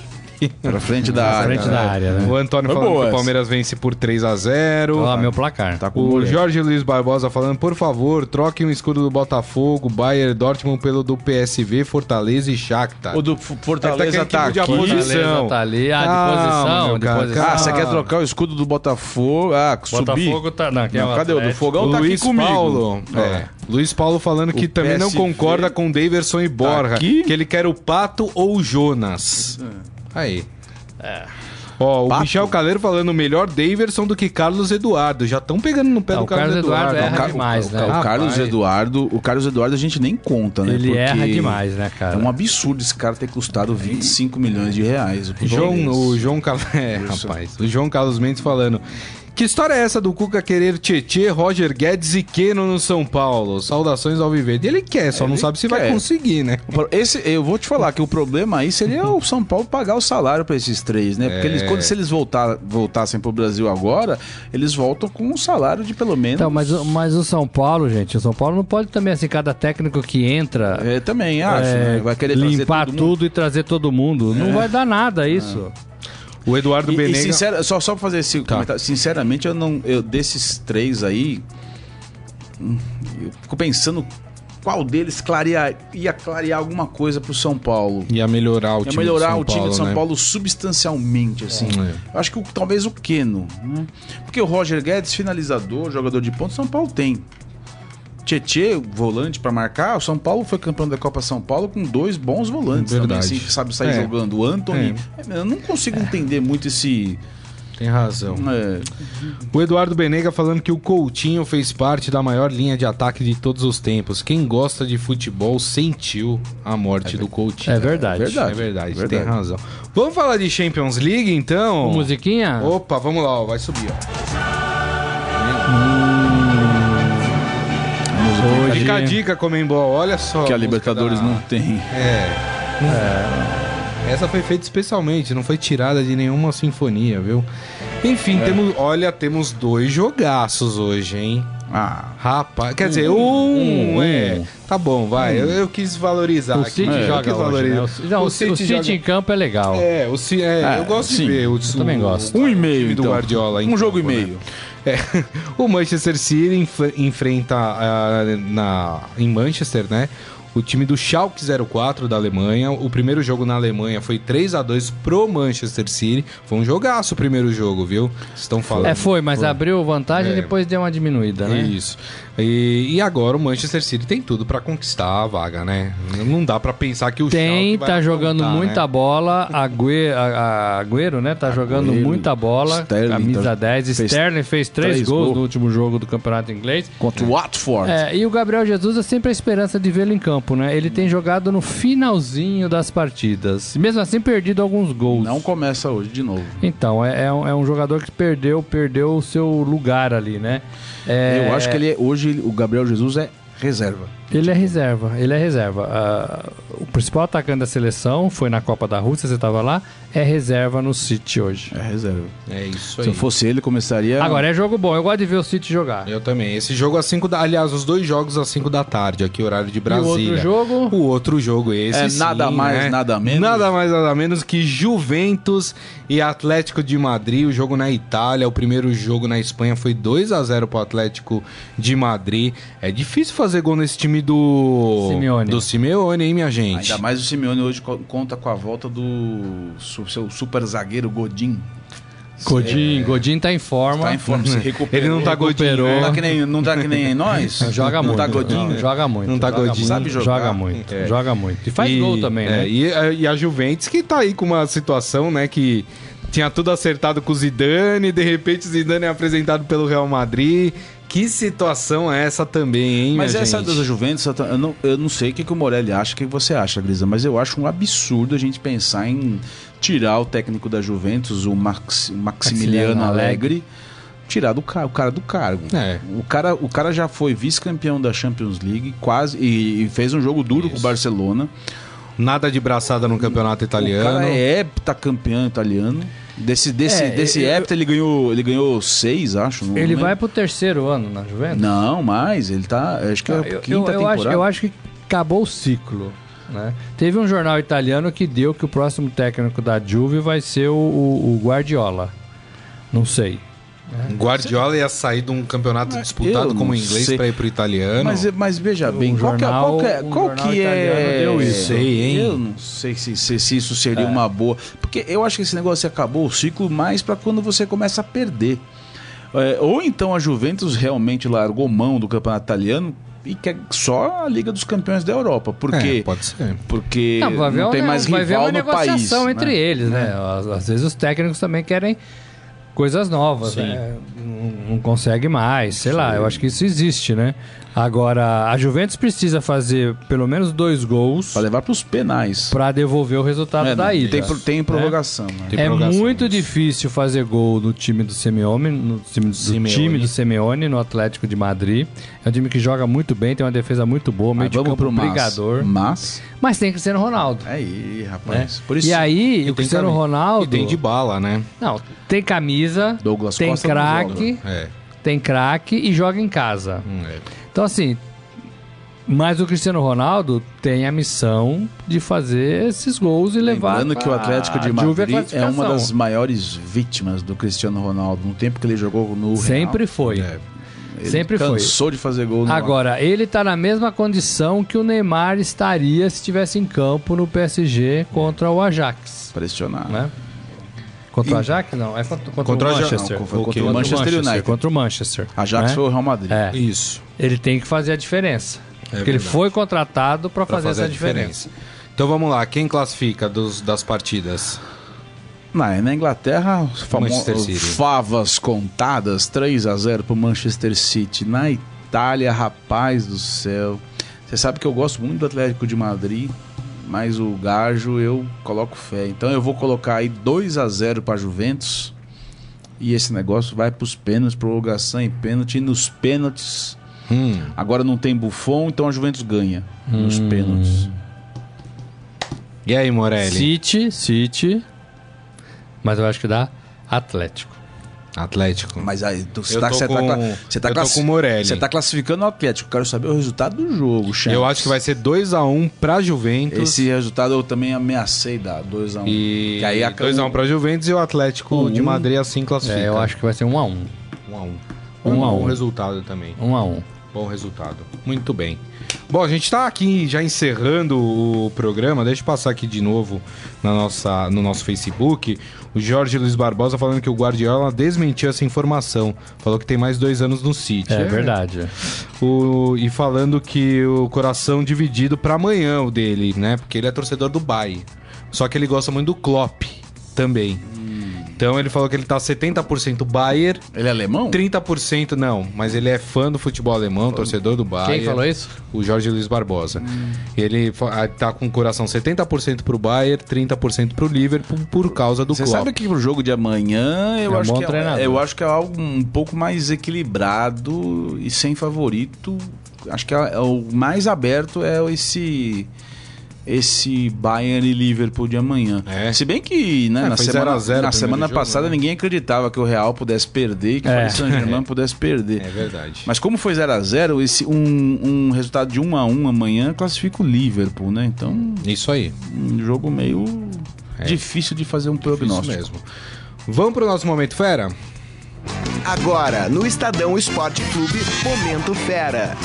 Speaker 3: Pra frente da
Speaker 4: Na
Speaker 3: área.
Speaker 4: frente da área, né?
Speaker 2: O Antônio
Speaker 3: Foi
Speaker 2: falando
Speaker 3: boa
Speaker 2: que o
Speaker 3: essa.
Speaker 2: Palmeiras vence por 3 a 0
Speaker 4: Ó, meu placar.
Speaker 3: Tá com
Speaker 2: o
Speaker 3: o
Speaker 2: Jorge Luiz Barbosa falando, por favor, troquem o escudo do Botafogo, Bayern Dortmund pelo do PSV, Fortaleza e Shakhtar.
Speaker 3: O do F- Fortaleza
Speaker 2: Essa aqui é
Speaker 3: tá
Speaker 2: equipe de
Speaker 3: aqui.
Speaker 2: apoio. posição.
Speaker 4: Fortaleza tá ali. Ah, de
Speaker 2: Calma,
Speaker 4: posição,
Speaker 2: meu
Speaker 4: de
Speaker 2: cara,
Speaker 4: posição.
Speaker 3: Ah, você
Speaker 2: Ah.
Speaker 3: quer trocar o escudo do Botafogo? Ah, subir.
Speaker 4: Botafogo tá... Não, quem é
Speaker 3: Não, cadê o do
Speaker 4: Atlético?
Speaker 3: Fogão? tá
Speaker 2: Luiz
Speaker 3: aqui comigo.
Speaker 2: Paulo, é. Luiz Paulo falando que
Speaker 3: O
Speaker 2: também não
Speaker 3: PSV
Speaker 2: concorda com Daverson e Borja,
Speaker 3: Tá aqui. É.
Speaker 2: que ele quer o Pato ou o Jonas. Aí.
Speaker 4: É.
Speaker 2: Ó, o
Speaker 3: Pato?
Speaker 2: Michel Caleiro falando melhor Daverson do que Carlos Eduardo. Já estão pegando no pé
Speaker 4: Ah,
Speaker 2: do
Speaker 4: o Carlos Eduardo
Speaker 2: Eduardo
Speaker 4: erra
Speaker 2: Ca-
Speaker 4: demais,
Speaker 3: O
Speaker 4: né?
Speaker 2: Rapaz.
Speaker 3: Carlos Eduardo, o Carlos Eduardo a gente nem conta, né?
Speaker 4: Ele
Speaker 3: Porque
Speaker 4: erra demais, né,
Speaker 3: É
Speaker 4: cara?
Speaker 3: um absurdo esse cara ter custado 25 milhões de reais. O
Speaker 2: João,
Speaker 3: Palmeiras.
Speaker 2: o João Carlos. É, rapaz. O João Carlos Mendes falando. Que história é essa do Cuca querer Tietê, Roger Guedes e Keno no São Paulo? Saudações ao Viverde. Ele quer, só não
Speaker 3: Ele
Speaker 2: sabe se vai
Speaker 3: quer.
Speaker 2: conseguir, né?
Speaker 3: O pro- Esse, eu vou te falar que o problema aí seria o São Paulo pagar o salário para esses três, né? Porque eles,
Speaker 4: É.
Speaker 3: quando se eles voltar, voltassem pro Brasil agora, eles voltam com um salário de pelo menos.
Speaker 4: Então, mas, o- mas o São Paulo, gente, o São Paulo não pode também, assim, cada técnico que entra
Speaker 3: É, também acho,
Speaker 4: é,
Speaker 3: né? Vai querer trazer
Speaker 4: limpar
Speaker 3: todo
Speaker 4: tudo,
Speaker 3: mundo. É. Ah,
Speaker 4: e trazer todo mundo. Não vai dar nada isso.
Speaker 2: O Eduardo
Speaker 3: E, e
Speaker 2: Benega. Tá.
Speaker 3: sincera- só, só pra fazer esse comentário, sinceramente, eu não. Eu, desses três aí. hum, Eu fico pensando qual deles clarear, ia clarear alguma coisa pro São Paulo.
Speaker 2: Ia melhorar o
Speaker 3: Ia
Speaker 2: time
Speaker 3: melhorar
Speaker 2: de São
Speaker 3: o time
Speaker 2: Paulo,
Speaker 3: de São
Speaker 2: né? É.
Speaker 3: Paulo substancialmente, assim. Eu acho que o- talvez o Keno. né? Porque o Roger Guedes, finalizador, jogador de ponto, São Paulo tem. Tietê, volante pra marcar, o São Paulo foi campeão da Copa São Paulo com dois bons volantes também,
Speaker 2: Verdade.
Speaker 3: assim, que sabe sair
Speaker 2: É.
Speaker 3: jogando. O Anthony. Eu não consigo entender muito esse.
Speaker 2: Tem razão.
Speaker 3: é,
Speaker 2: O Eduardo Benega falando que o Coutinho fez parte da maior linha de ataque de todos os tempos. Quem gosta de futebol sentiu a morte do Coutinho.
Speaker 4: É verdade.
Speaker 2: É verdade,
Speaker 3: É
Speaker 2: verdade,
Speaker 3: verdade.
Speaker 2: tem razão. Vamos falar de Champions League, então?
Speaker 4: Musiquinha?
Speaker 2: Opa, vamos lá, ó, vai subir. Ó.
Speaker 4: Hoje-
Speaker 2: Fica a dica, Comembol, olha só.
Speaker 3: que a
Speaker 2: música
Speaker 3: Libertadores
Speaker 2: da-
Speaker 3: não tem.
Speaker 2: É.
Speaker 4: É.
Speaker 2: Essa foi feita especialmente, não foi tirada de nenhuma sinfonia, viu? Enfim,
Speaker 4: É.
Speaker 2: temos, olha, temos dois jogaços hoje, hein?
Speaker 3: Ah.
Speaker 2: Rapaz, quer
Speaker 4: Hum,
Speaker 2: dizer, um, é. Tá bom, vai. Eu, eu quis valorizar.
Speaker 4: O
Speaker 2: aqui.
Speaker 4: City
Speaker 2: É, eu
Speaker 4: joga
Speaker 2: quis
Speaker 4: hoje, né?
Speaker 2: valorizar.
Speaker 4: O Ci- Não, o Ci- o City,
Speaker 2: joga-
Speaker 4: em campo é legal.
Speaker 2: É, o Ci- é,
Speaker 3: Ah,
Speaker 2: eu gosto
Speaker 3: sim.
Speaker 2: de ver o, eu
Speaker 4: também gosto.
Speaker 3: Um e meio,
Speaker 2: do
Speaker 3: então.
Speaker 2: Guardiola. em
Speaker 3: Um jogo
Speaker 2: campo,
Speaker 3: e
Speaker 2: né?
Speaker 3: meio.
Speaker 2: É. O Manchester City enf- enfrenta ah, na, em Manchester, né? O time do Schalke 04 da Alemanha. O primeiro jogo na Alemanha foi 3 a 2 pro Manchester City. Foi um jogaço o primeiro jogo, viu? Estão falando.
Speaker 4: É, foi, mas abriu vantagem e
Speaker 2: É.
Speaker 4: depois deu uma diminuída, né?
Speaker 2: Isso. E, e agora o Manchester City tem tudo pra conquistar a vaga, né? Não dá pra pensar que o
Speaker 4: Tem,
Speaker 2: Schalke vai
Speaker 4: tá jogando
Speaker 2: aprontar,
Speaker 4: muita
Speaker 2: né?
Speaker 4: bola. Agüe- a- a- Agüero, né? Tá jogando muita bola.
Speaker 3: Sterling,
Speaker 4: camisa
Speaker 3: tá-
Speaker 4: 10.
Speaker 3: fez
Speaker 4: Sterling fez três,
Speaker 3: três
Speaker 4: gols
Speaker 3: gols.
Speaker 4: no último jogo do Campeonato Inglês.
Speaker 3: Contra o Watford.
Speaker 4: É, e o Gabriel Jesus é sempre a esperança de vê-lo em campo, né? Ele tem jogado no finalzinho das partidas. Mesmo assim, perdido alguns gols.
Speaker 3: Não começa hoje de novo.
Speaker 4: Então, é, é um, é um jogador que perdeu, perdeu o seu lugar ali, né? É,
Speaker 3: Eu acho que ele é- hoje o Gabriel Jesus é reserva.
Speaker 4: Ele é reserva, ele é reserva. Ah, o principal atacante da seleção foi na Copa da Rússia, você estava lá, é reserva no City hoje.
Speaker 3: É reserva.
Speaker 2: É isso aí.
Speaker 3: Se eu fosse ele, começaria.
Speaker 4: Agora é jogo bom, eu gosto de ver o City jogar.
Speaker 2: Eu também. Esse jogo às 5 da. Aliás, os dois jogos às 5 da tarde, aqui, horário de Brasília.
Speaker 4: outro jogo?
Speaker 2: O outro jogo, esse.
Speaker 3: É, nada
Speaker 2: sim,
Speaker 3: mais,
Speaker 2: né?
Speaker 3: nada menos.
Speaker 2: Nada mais, nada menos que Juventus e Atlético de Madrid. O jogo na Itália, o primeiro jogo na Espanha foi 2 a 0 pro Atlético de Madrid. É difícil fazer gol nesse time do.
Speaker 4: Simeone.
Speaker 2: Do Simeone, hein, minha gente?
Speaker 3: Ainda mais o Simeone hoje co- conta com a volta do su- seu super zagueiro Godin.
Speaker 4: Godin, Godin tá em forma.
Speaker 3: Tá em forma, se recuperou.
Speaker 2: Ele não tá
Speaker 4: Recuperou.
Speaker 2: godinho,
Speaker 3: Não
Speaker 2: né?
Speaker 3: tá que nem, não tá que nem nós?
Speaker 4: Joga
Speaker 3: não
Speaker 4: muito. né?
Speaker 3: Tá Godinho?
Speaker 4: não, joga muito.
Speaker 2: Não tá
Speaker 4: joga
Speaker 2: Godinho.
Speaker 4: muito,
Speaker 3: Sabe jogar.
Speaker 4: Joga muito,
Speaker 2: É.
Speaker 4: joga muito. E faz gol também,
Speaker 2: é,
Speaker 4: né?
Speaker 2: E, e a Juventus que tá aí com uma situação, né, que tinha tudo acertado com o Zidane, de repente o Zidane é apresentado pelo Real Madrid. Que situação é essa também, hein,
Speaker 3: Mas
Speaker 2: minha
Speaker 3: essa
Speaker 2: gente?
Speaker 3: da Juventus, eu não, eu não sei o que, que o Morelli acha, o que você acha, Grisa, mas eu acho um absurdo a gente pensar em tirar o técnico da Juventus, o, Max- o Maximiliano,
Speaker 4: Maximiliano Allegri.
Speaker 3: Alegre, tirar do ca- o cara do cargo.
Speaker 2: É.
Speaker 3: O cara, o cara já foi vice-campeão da Champions League, quase, e, e fez um jogo duro com o Barcelona.
Speaker 2: Nada de braçada no campeonato
Speaker 3: O
Speaker 2: italiano.
Speaker 3: cara é heptacampeão italiano. Desse, desse,
Speaker 4: É,
Speaker 3: desse
Speaker 4: eu-
Speaker 3: hepta ele ganhou, ele ganhou seis, acho. não
Speaker 4: Ele
Speaker 3: lembro.
Speaker 4: vai pro terceiro ano na Juventus?
Speaker 3: Não, mais, ele tá. Acho que é a
Speaker 4: Eu-
Speaker 3: quinta
Speaker 4: eu, eu,
Speaker 3: temporada.
Speaker 4: acho, eu acho que acabou o ciclo. Né? Teve um jornal italiano que deu que o próximo técnico da Juve vai ser o, o- o Guardiola. Não sei.
Speaker 2: Guardiola ia sair de um campeonato disputado
Speaker 3: Ah, eu
Speaker 2: como
Speaker 3: não
Speaker 2: inglês
Speaker 3: sei.
Speaker 2: pra ir pro italiano.
Speaker 3: Mas, mas veja bem, qual que é-
Speaker 4: jornal-
Speaker 3: qual que é,
Speaker 4: um
Speaker 3: qual
Speaker 4: jornal
Speaker 3: que é
Speaker 4: italiano deu isso.
Speaker 2: Sei, hein?
Speaker 3: Eu não sei se, se- se isso seria uma boa, porque eu acho que esse negócio acabou o ciclo mais para quando você começa a perder. É, ou então a Juventus realmente largou mão do campeonato italiano e quer só a Liga dos Campeões da Europa,
Speaker 2: É,
Speaker 3: porque
Speaker 2: pode ser.
Speaker 3: porque não,
Speaker 4: vai ver
Speaker 3: tem
Speaker 4: uma-
Speaker 3: mais
Speaker 4: vai ver
Speaker 3: rival
Speaker 4: uma
Speaker 3: no país.
Speaker 4: é negociação
Speaker 3: né? É.
Speaker 4: entre eles, né? Às, às vezes os técnicos também querem coisas novas, né? Não, não consegue mais, sei lá. Eu acho que isso existe, né? Agora, a Juventus precisa fazer pelo menos dois gols
Speaker 3: Pra levar pros penais.
Speaker 4: para devolver o resultado
Speaker 3: É,
Speaker 4: da ida.
Speaker 3: tem, pro- tem prorrogação. né?
Speaker 2: Tem
Speaker 4: É
Speaker 2: prorrogação,
Speaker 4: muito
Speaker 2: isso.
Speaker 4: difícil fazer gol no time do Simeone, no time do,
Speaker 2: Simeone.
Speaker 4: time do Simeone, no Atlético de Madrid. É um time que joga muito bem, tem uma defesa muito boa, meio
Speaker 3: Mas
Speaker 4: de
Speaker 3: vamos
Speaker 4: campo
Speaker 3: pro Hum. mas.
Speaker 4: brigador.
Speaker 3: Mas é
Speaker 4: Mas tem Cristiano Ronaldo.
Speaker 3: aí, rapaz. Por isso
Speaker 4: né? e aí,
Speaker 2: E
Speaker 4: o
Speaker 2: tem
Speaker 4: Cristiano
Speaker 2: cami-
Speaker 4: Ronaldo.
Speaker 2: E tem de bala, né?
Speaker 4: Não, tem camisa,
Speaker 3: Douglas
Speaker 4: tem
Speaker 3: Costa não
Speaker 4: craque,
Speaker 2: É.
Speaker 4: tem craque e joga em casa.
Speaker 2: Hum, é.
Speaker 4: Então, assim. Mas o Cristiano Ronaldo tem a missão de fazer esses gols e levar.
Speaker 3: Lembrando que o
Speaker 4: pra
Speaker 3: Atlético de
Speaker 4: Juve a
Speaker 3: Madrid é uma
Speaker 4: classificação.
Speaker 3: das maiores vítimas do Cristiano Ronaldo no tempo que ele jogou no Real.
Speaker 4: Sempre foi.
Speaker 2: É.
Speaker 3: Ele
Speaker 4: Sempre foi.
Speaker 3: cansou de fazer gol. no
Speaker 4: Agora, ele tá na mesma condição que o Neymar estaria se estivesse em campo no PSG contra o Ajax.
Speaker 3: Pressionar.
Speaker 4: Né? Contra o Ajax? Não, é contra, contra
Speaker 2: Contra o
Speaker 4: o
Speaker 2: Ajax,
Speaker 4: Manchester.
Speaker 3: não, foi
Speaker 4: O
Speaker 3: contra
Speaker 4: quê?
Speaker 3: o Manchester United.
Speaker 4: Contra o Manchester.
Speaker 3: Ajax
Speaker 4: né?
Speaker 3: foi o Real Madrid.
Speaker 4: É.
Speaker 2: Isso.
Speaker 4: Ele tem que fazer a diferença.
Speaker 3: É
Speaker 4: porque ele
Speaker 2: verdade.
Speaker 4: foi contratado para
Speaker 2: Pra
Speaker 4: fazer, essa diferença.
Speaker 2: Então vamos lá, quem classifica dos- das partidas?
Speaker 3: Na, na Inglaterra, os famo-
Speaker 2: Manchester City.
Speaker 3: favas contadas, 3 a 0 pro Manchester City. Na Itália, rapaz do céu. Você sabe que eu gosto muito do Atlético de Madrid, mas o Gajo eu coloco fé. Então eu vou colocar aí 2 a 0 para Juventus. E esse negócio vai pros pênaltis, prorrogação e pênalti. E nos pênaltis,
Speaker 2: Hum,
Speaker 3: agora não tem Buffon, então a Juventus ganha nos pênaltis.
Speaker 2: E aí,
Speaker 3: É,
Speaker 2: Morelli?
Speaker 4: City, City. Mas eu acho que dá Atlético.
Speaker 2: Atlético.
Speaker 3: Mas aí, tu, você
Speaker 2: Eu
Speaker 3: tá,
Speaker 2: tô
Speaker 3: você tá
Speaker 2: com-
Speaker 3: cla- você tá
Speaker 2: eu tô
Speaker 3: classi-
Speaker 2: com o Morelli.
Speaker 3: Você tá classificando o Atlético. Eu Quero saber o resultado do jogo, Champs.
Speaker 2: Eu acho que vai ser 2x1 pra Juventus.
Speaker 3: Esse resultado eu também ameacei dar. 2x1.
Speaker 2: E
Speaker 3: Que aí a-
Speaker 2: 2x1 pra Juventus e o Atlético
Speaker 3: Um.
Speaker 2: de Madrid assim classifica.
Speaker 4: É, eu acho que vai ser um a um.
Speaker 2: 1x1.
Speaker 4: Um a um.
Speaker 2: Bom resultado também.
Speaker 4: Um a um.
Speaker 2: Bom resultado. Muito bem. Bom, a gente tá aqui já encerrando o programa. Deixa eu passar aqui de novo na nossa, no nosso Facebook. O Jorge Luiz Barbosa falando que o Guardiola desmentiu essa informação. Falou que tem mais dois anos no City.
Speaker 4: É, verdade.
Speaker 2: O- e falando que o coração dividido pra amanhã o dele, né? Porque ele é torcedor do Bayern. Só que ele gosta muito do Klopp também. Então ele falou que ele tá 70% Bayern,
Speaker 3: Ele é alemão?
Speaker 2: 30% não, mas ele é fã do futebol alemão, torcedor do Bayern.
Speaker 3: é
Speaker 4: Quem falou isso?
Speaker 2: O Jorge Luiz Barbosa. Ele fa- ah, tá com o coração 70% pro Bayern, 30% pro Liverpool por causa do
Speaker 3: Você
Speaker 2: Klopp.
Speaker 3: sabe que pro jogo de amanhã eu,
Speaker 4: É um
Speaker 3: acho
Speaker 4: bom
Speaker 3: que
Speaker 4: treinador.
Speaker 3: é, eu acho que é algo um pouco mais equilibrado e sem favorito. Acho que é, é o mais aberto é esse esse Bayern e Liverpool de amanhã.
Speaker 2: É.
Speaker 3: Se bem que né,
Speaker 2: É,
Speaker 3: na
Speaker 2: foi
Speaker 3: semana,
Speaker 2: 0 a 0 o
Speaker 3: na
Speaker 2: primeiro
Speaker 3: semana
Speaker 2: jogo,
Speaker 3: passada
Speaker 2: né?
Speaker 3: ninguém acreditava que o Real pudesse perder, que o
Speaker 4: É.
Speaker 3: Paris Saint-Germain pudesse perder.
Speaker 2: É verdade.
Speaker 3: Mas como foi 0 a 0 esse um, um resultado de 1 a 1 amanhã classifica o Liverpool, né? Então,
Speaker 2: Isso aí.
Speaker 3: um jogo meio
Speaker 2: É.
Speaker 3: difícil de fazer um
Speaker 2: Isso
Speaker 3: prognóstico.
Speaker 2: mesmo. Vamos pro nosso momento fera?
Speaker 1: Agora, no Estadão Esporte Clube, Momento Fera.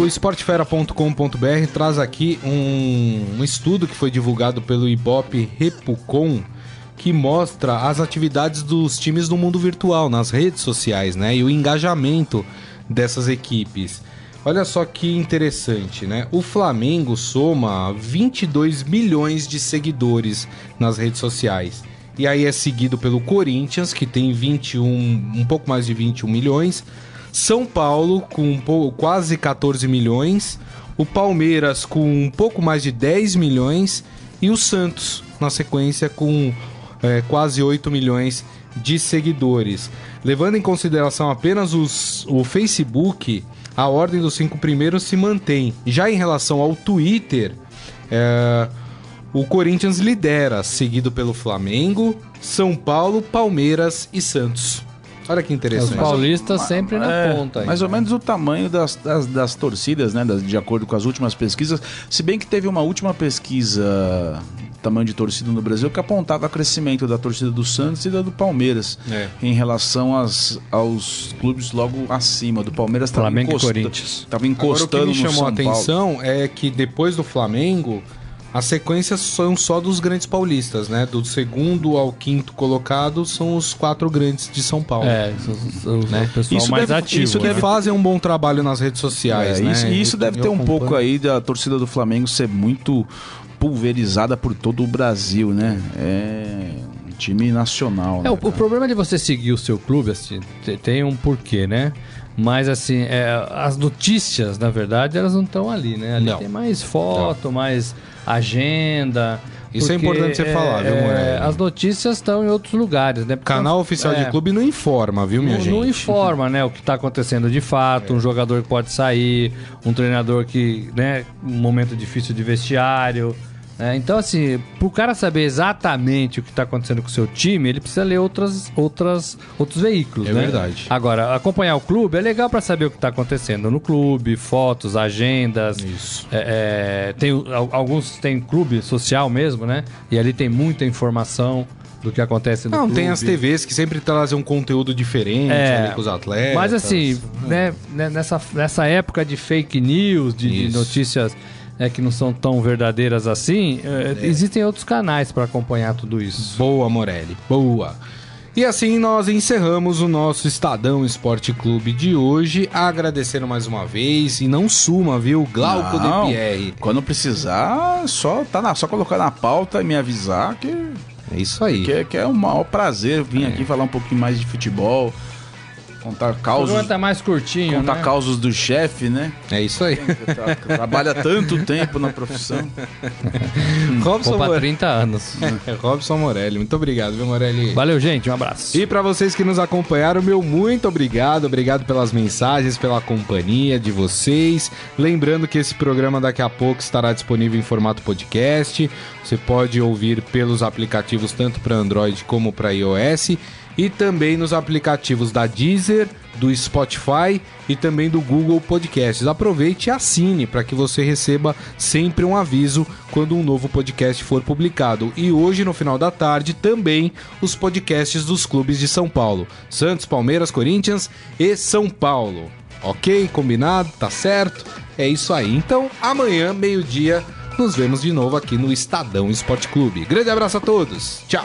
Speaker 2: O esportefera.com.br traz aqui um, um estudo que foi divulgado pelo Ibope Repucon que mostra as atividades dos times no mundo virtual, nas redes sociais, né? E o engajamento dessas equipes. Olha só que interessante, né? O Flamengo soma 22 milhões de seguidores nas redes sociais. E aí é seguido pelo Corinthians, que tem 21, um pouco mais de 21 milhões. São Paulo com um pou- quase 14 milhões, o Palmeiras com um pouco mais de 10 milhões e o Santos na sequência com é, quase 8 milhões de seguidores. Levando em consideração apenas os- o Facebook, a ordem dos cinco primeiros se mantém. Já em relação ao Twitter, é, o Corinthians lidera, seguido pelo Flamengo, São Paulo, Palmeiras e Santos. Olha que
Speaker 4: Os
Speaker 2: interessante.
Speaker 4: paulistas sempre na
Speaker 3: É,
Speaker 4: ponta. aí.
Speaker 3: Mais ou menos o tamanho das, das, das torcidas, né? das- de acordo com as últimas pesquisas. Se bem que teve uma última pesquisa tamanho de torcida no Brasil que apontava crescimento da torcida do Santos e da do Palmeiras
Speaker 2: É.
Speaker 3: em relação às, aos clubes logo acima do Palmeiras tava
Speaker 4: Flamengo e
Speaker 3: encosta-
Speaker 4: Corinthians.
Speaker 3: tava
Speaker 2: Agora, o que
Speaker 3: encostando
Speaker 2: me
Speaker 3: no
Speaker 2: chamou
Speaker 3: São
Speaker 2: a
Speaker 3: Paulo.
Speaker 2: atenção é que depois do Flamengo, as sequências são só dos grandes paulistas, né? Do segundo ao quinto colocado são os quatro grandes de São Paulo.
Speaker 4: É, isso- isso- isso- o pessoal
Speaker 3: né? Isso
Speaker 4: mais
Speaker 3: deve-
Speaker 4: ativo.
Speaker 3: isso
Speaker 2: Que
Speaker 4: né?
Speaker 3: deve-
Speaker 2: fazem um bom trabalho nas redes sociais,
Speaker 3: É,
Speaker 2: né?
Speaker 3: isso, isso
Speaker 2: Eu-
Speaker 3: deve
Speaker 2: eu
Speaker 3: ter um
Speaker 2: acompanho.
Speaker 3: pouco aí da torcida do Flamengo ser muito pulverizada por todo o Brasil, né? É um time nacional.
Speaker 4: É,
Speaker 3: né,
Speaker 4: o, o
Speaker 3: cara?
Speaker 4: problema de você seguir o seu clube, assim, te- tem um porquê, né? Mas assim, é, as notícias, na verdade, elas não estão ali, né? Ali
Speaker 2: Não.
Speaker 4: tem mais foto, mais agenda.
Speaker 2: Isso é
Speaker 4: porque, é,
Speaker 2: importante você falar, viu, Morelli?
Speaker 4: As notícias estão em outros lugares, né?
Speaker 2: O
Speaker 4: Porque
Speaker 2: canal
Speaker 4: nós-
Speaker 2: oficial
Speaker 4: é,
Speaker 2: de clube não informa, viu, minha
Speaker 4: não,
Speaker 2: gente?
Speaker 4: não informa, né, o que está acontecendo de fato, um jogador que pode sair, um treinador que, né, um momento difícil de vestiário. né? Então, assim, pro cara saber exatamente o que está acontecendo com o seu time, ele precisa ler outras, outras, outros veículos,
Speaker 2: É
Speaker 4: né?
Speaker 2: verdade.
Speaker 4: Agora, acompanhar o clube é legal para saber o que está acontecendo no clube, fotos, agendas.
Speaker 2: Isso.
Speaker 4: É, é, tem, o- al- alguns têm clube social mesmo, né? E ali tem muita informação. do que acontece no
Speaker 2: Não,
Speaker 4: clube.
Speaker 2: tem as TVs que sempre trazem um conteúdo diferente
Speaker 4: É.
Speaker 2: ali com os atletas.
Speaker 4: Mas assim, né, né, nessa, nessa época de fake news, de, de
Speaker 2: Isso.
Speaker 4: notícias né, que não são tão verdadeiras assim, é, existem outros canais para acompanhar tudo isso.
Speaker 2: Boa, Morelli, boa. E assim nós encerramos o nosso Estadão Esporte Clube de hoje, agradecendo mais uma vez e não suma, viu? Glauco
Speaker 3: Não.
Speaker 2: de Pierre.
Speaker 3: Quando precisar, só, tá na- só colocar na pauta e me avisar que,
Speaker 2: É isso aí.
Speaker 3: que, é- que é um maior prazer
Speaker 2: É.
Speaker 3: vir aqui falar um pouquinho mais de futebol, contar
Speaker 4: O programa
Speaker 3: causos,
Speaker 4: tá mais curtinho,
Speaker 3: contar
Speaker 4: né?
Speaker 3: causos do chefe, né?
Speaker 2: É isso aí.
Speaker 3: Que tra- Trabalha tanto tempo na profissão.
Speaker 2: Robson,
Speaker 4: Vou pra
Speaker 2: Morelli.
Speaker 4: 30 anos.
Speaker 2: Robson Morelli. Muito obrigado, viu, Morelli?
Speaker 4: Valeu, gente. Um abraço.
Speaker 2: E para vocês que nos acompanharam, meu muito obrigado, obrigado pelas mensagens, pela companhia de vocês. Lembrando que esse programa daqui a pouco estará disponível em formato podcast. Você pode ouvir pelos aplicativos tanto para Android como para iOS e também nos aplicativos da Deezer, do Spotify e também do Google Podcasts. Aproveite e assine para que você receba sempre um aviso quando um novo podcast for publicado. E hoje, no final da tarde, também os podcasts dos clubes de São Paulo: Santos, Palmeiras, Corinthians e São Paulo. Ok? Combinado? Tá certo? É isso aí. Então, amanhã, meio-dia, nos vemos de novo aqui no Estadão Esporte Clube. Grande abraço a todos. Tchau.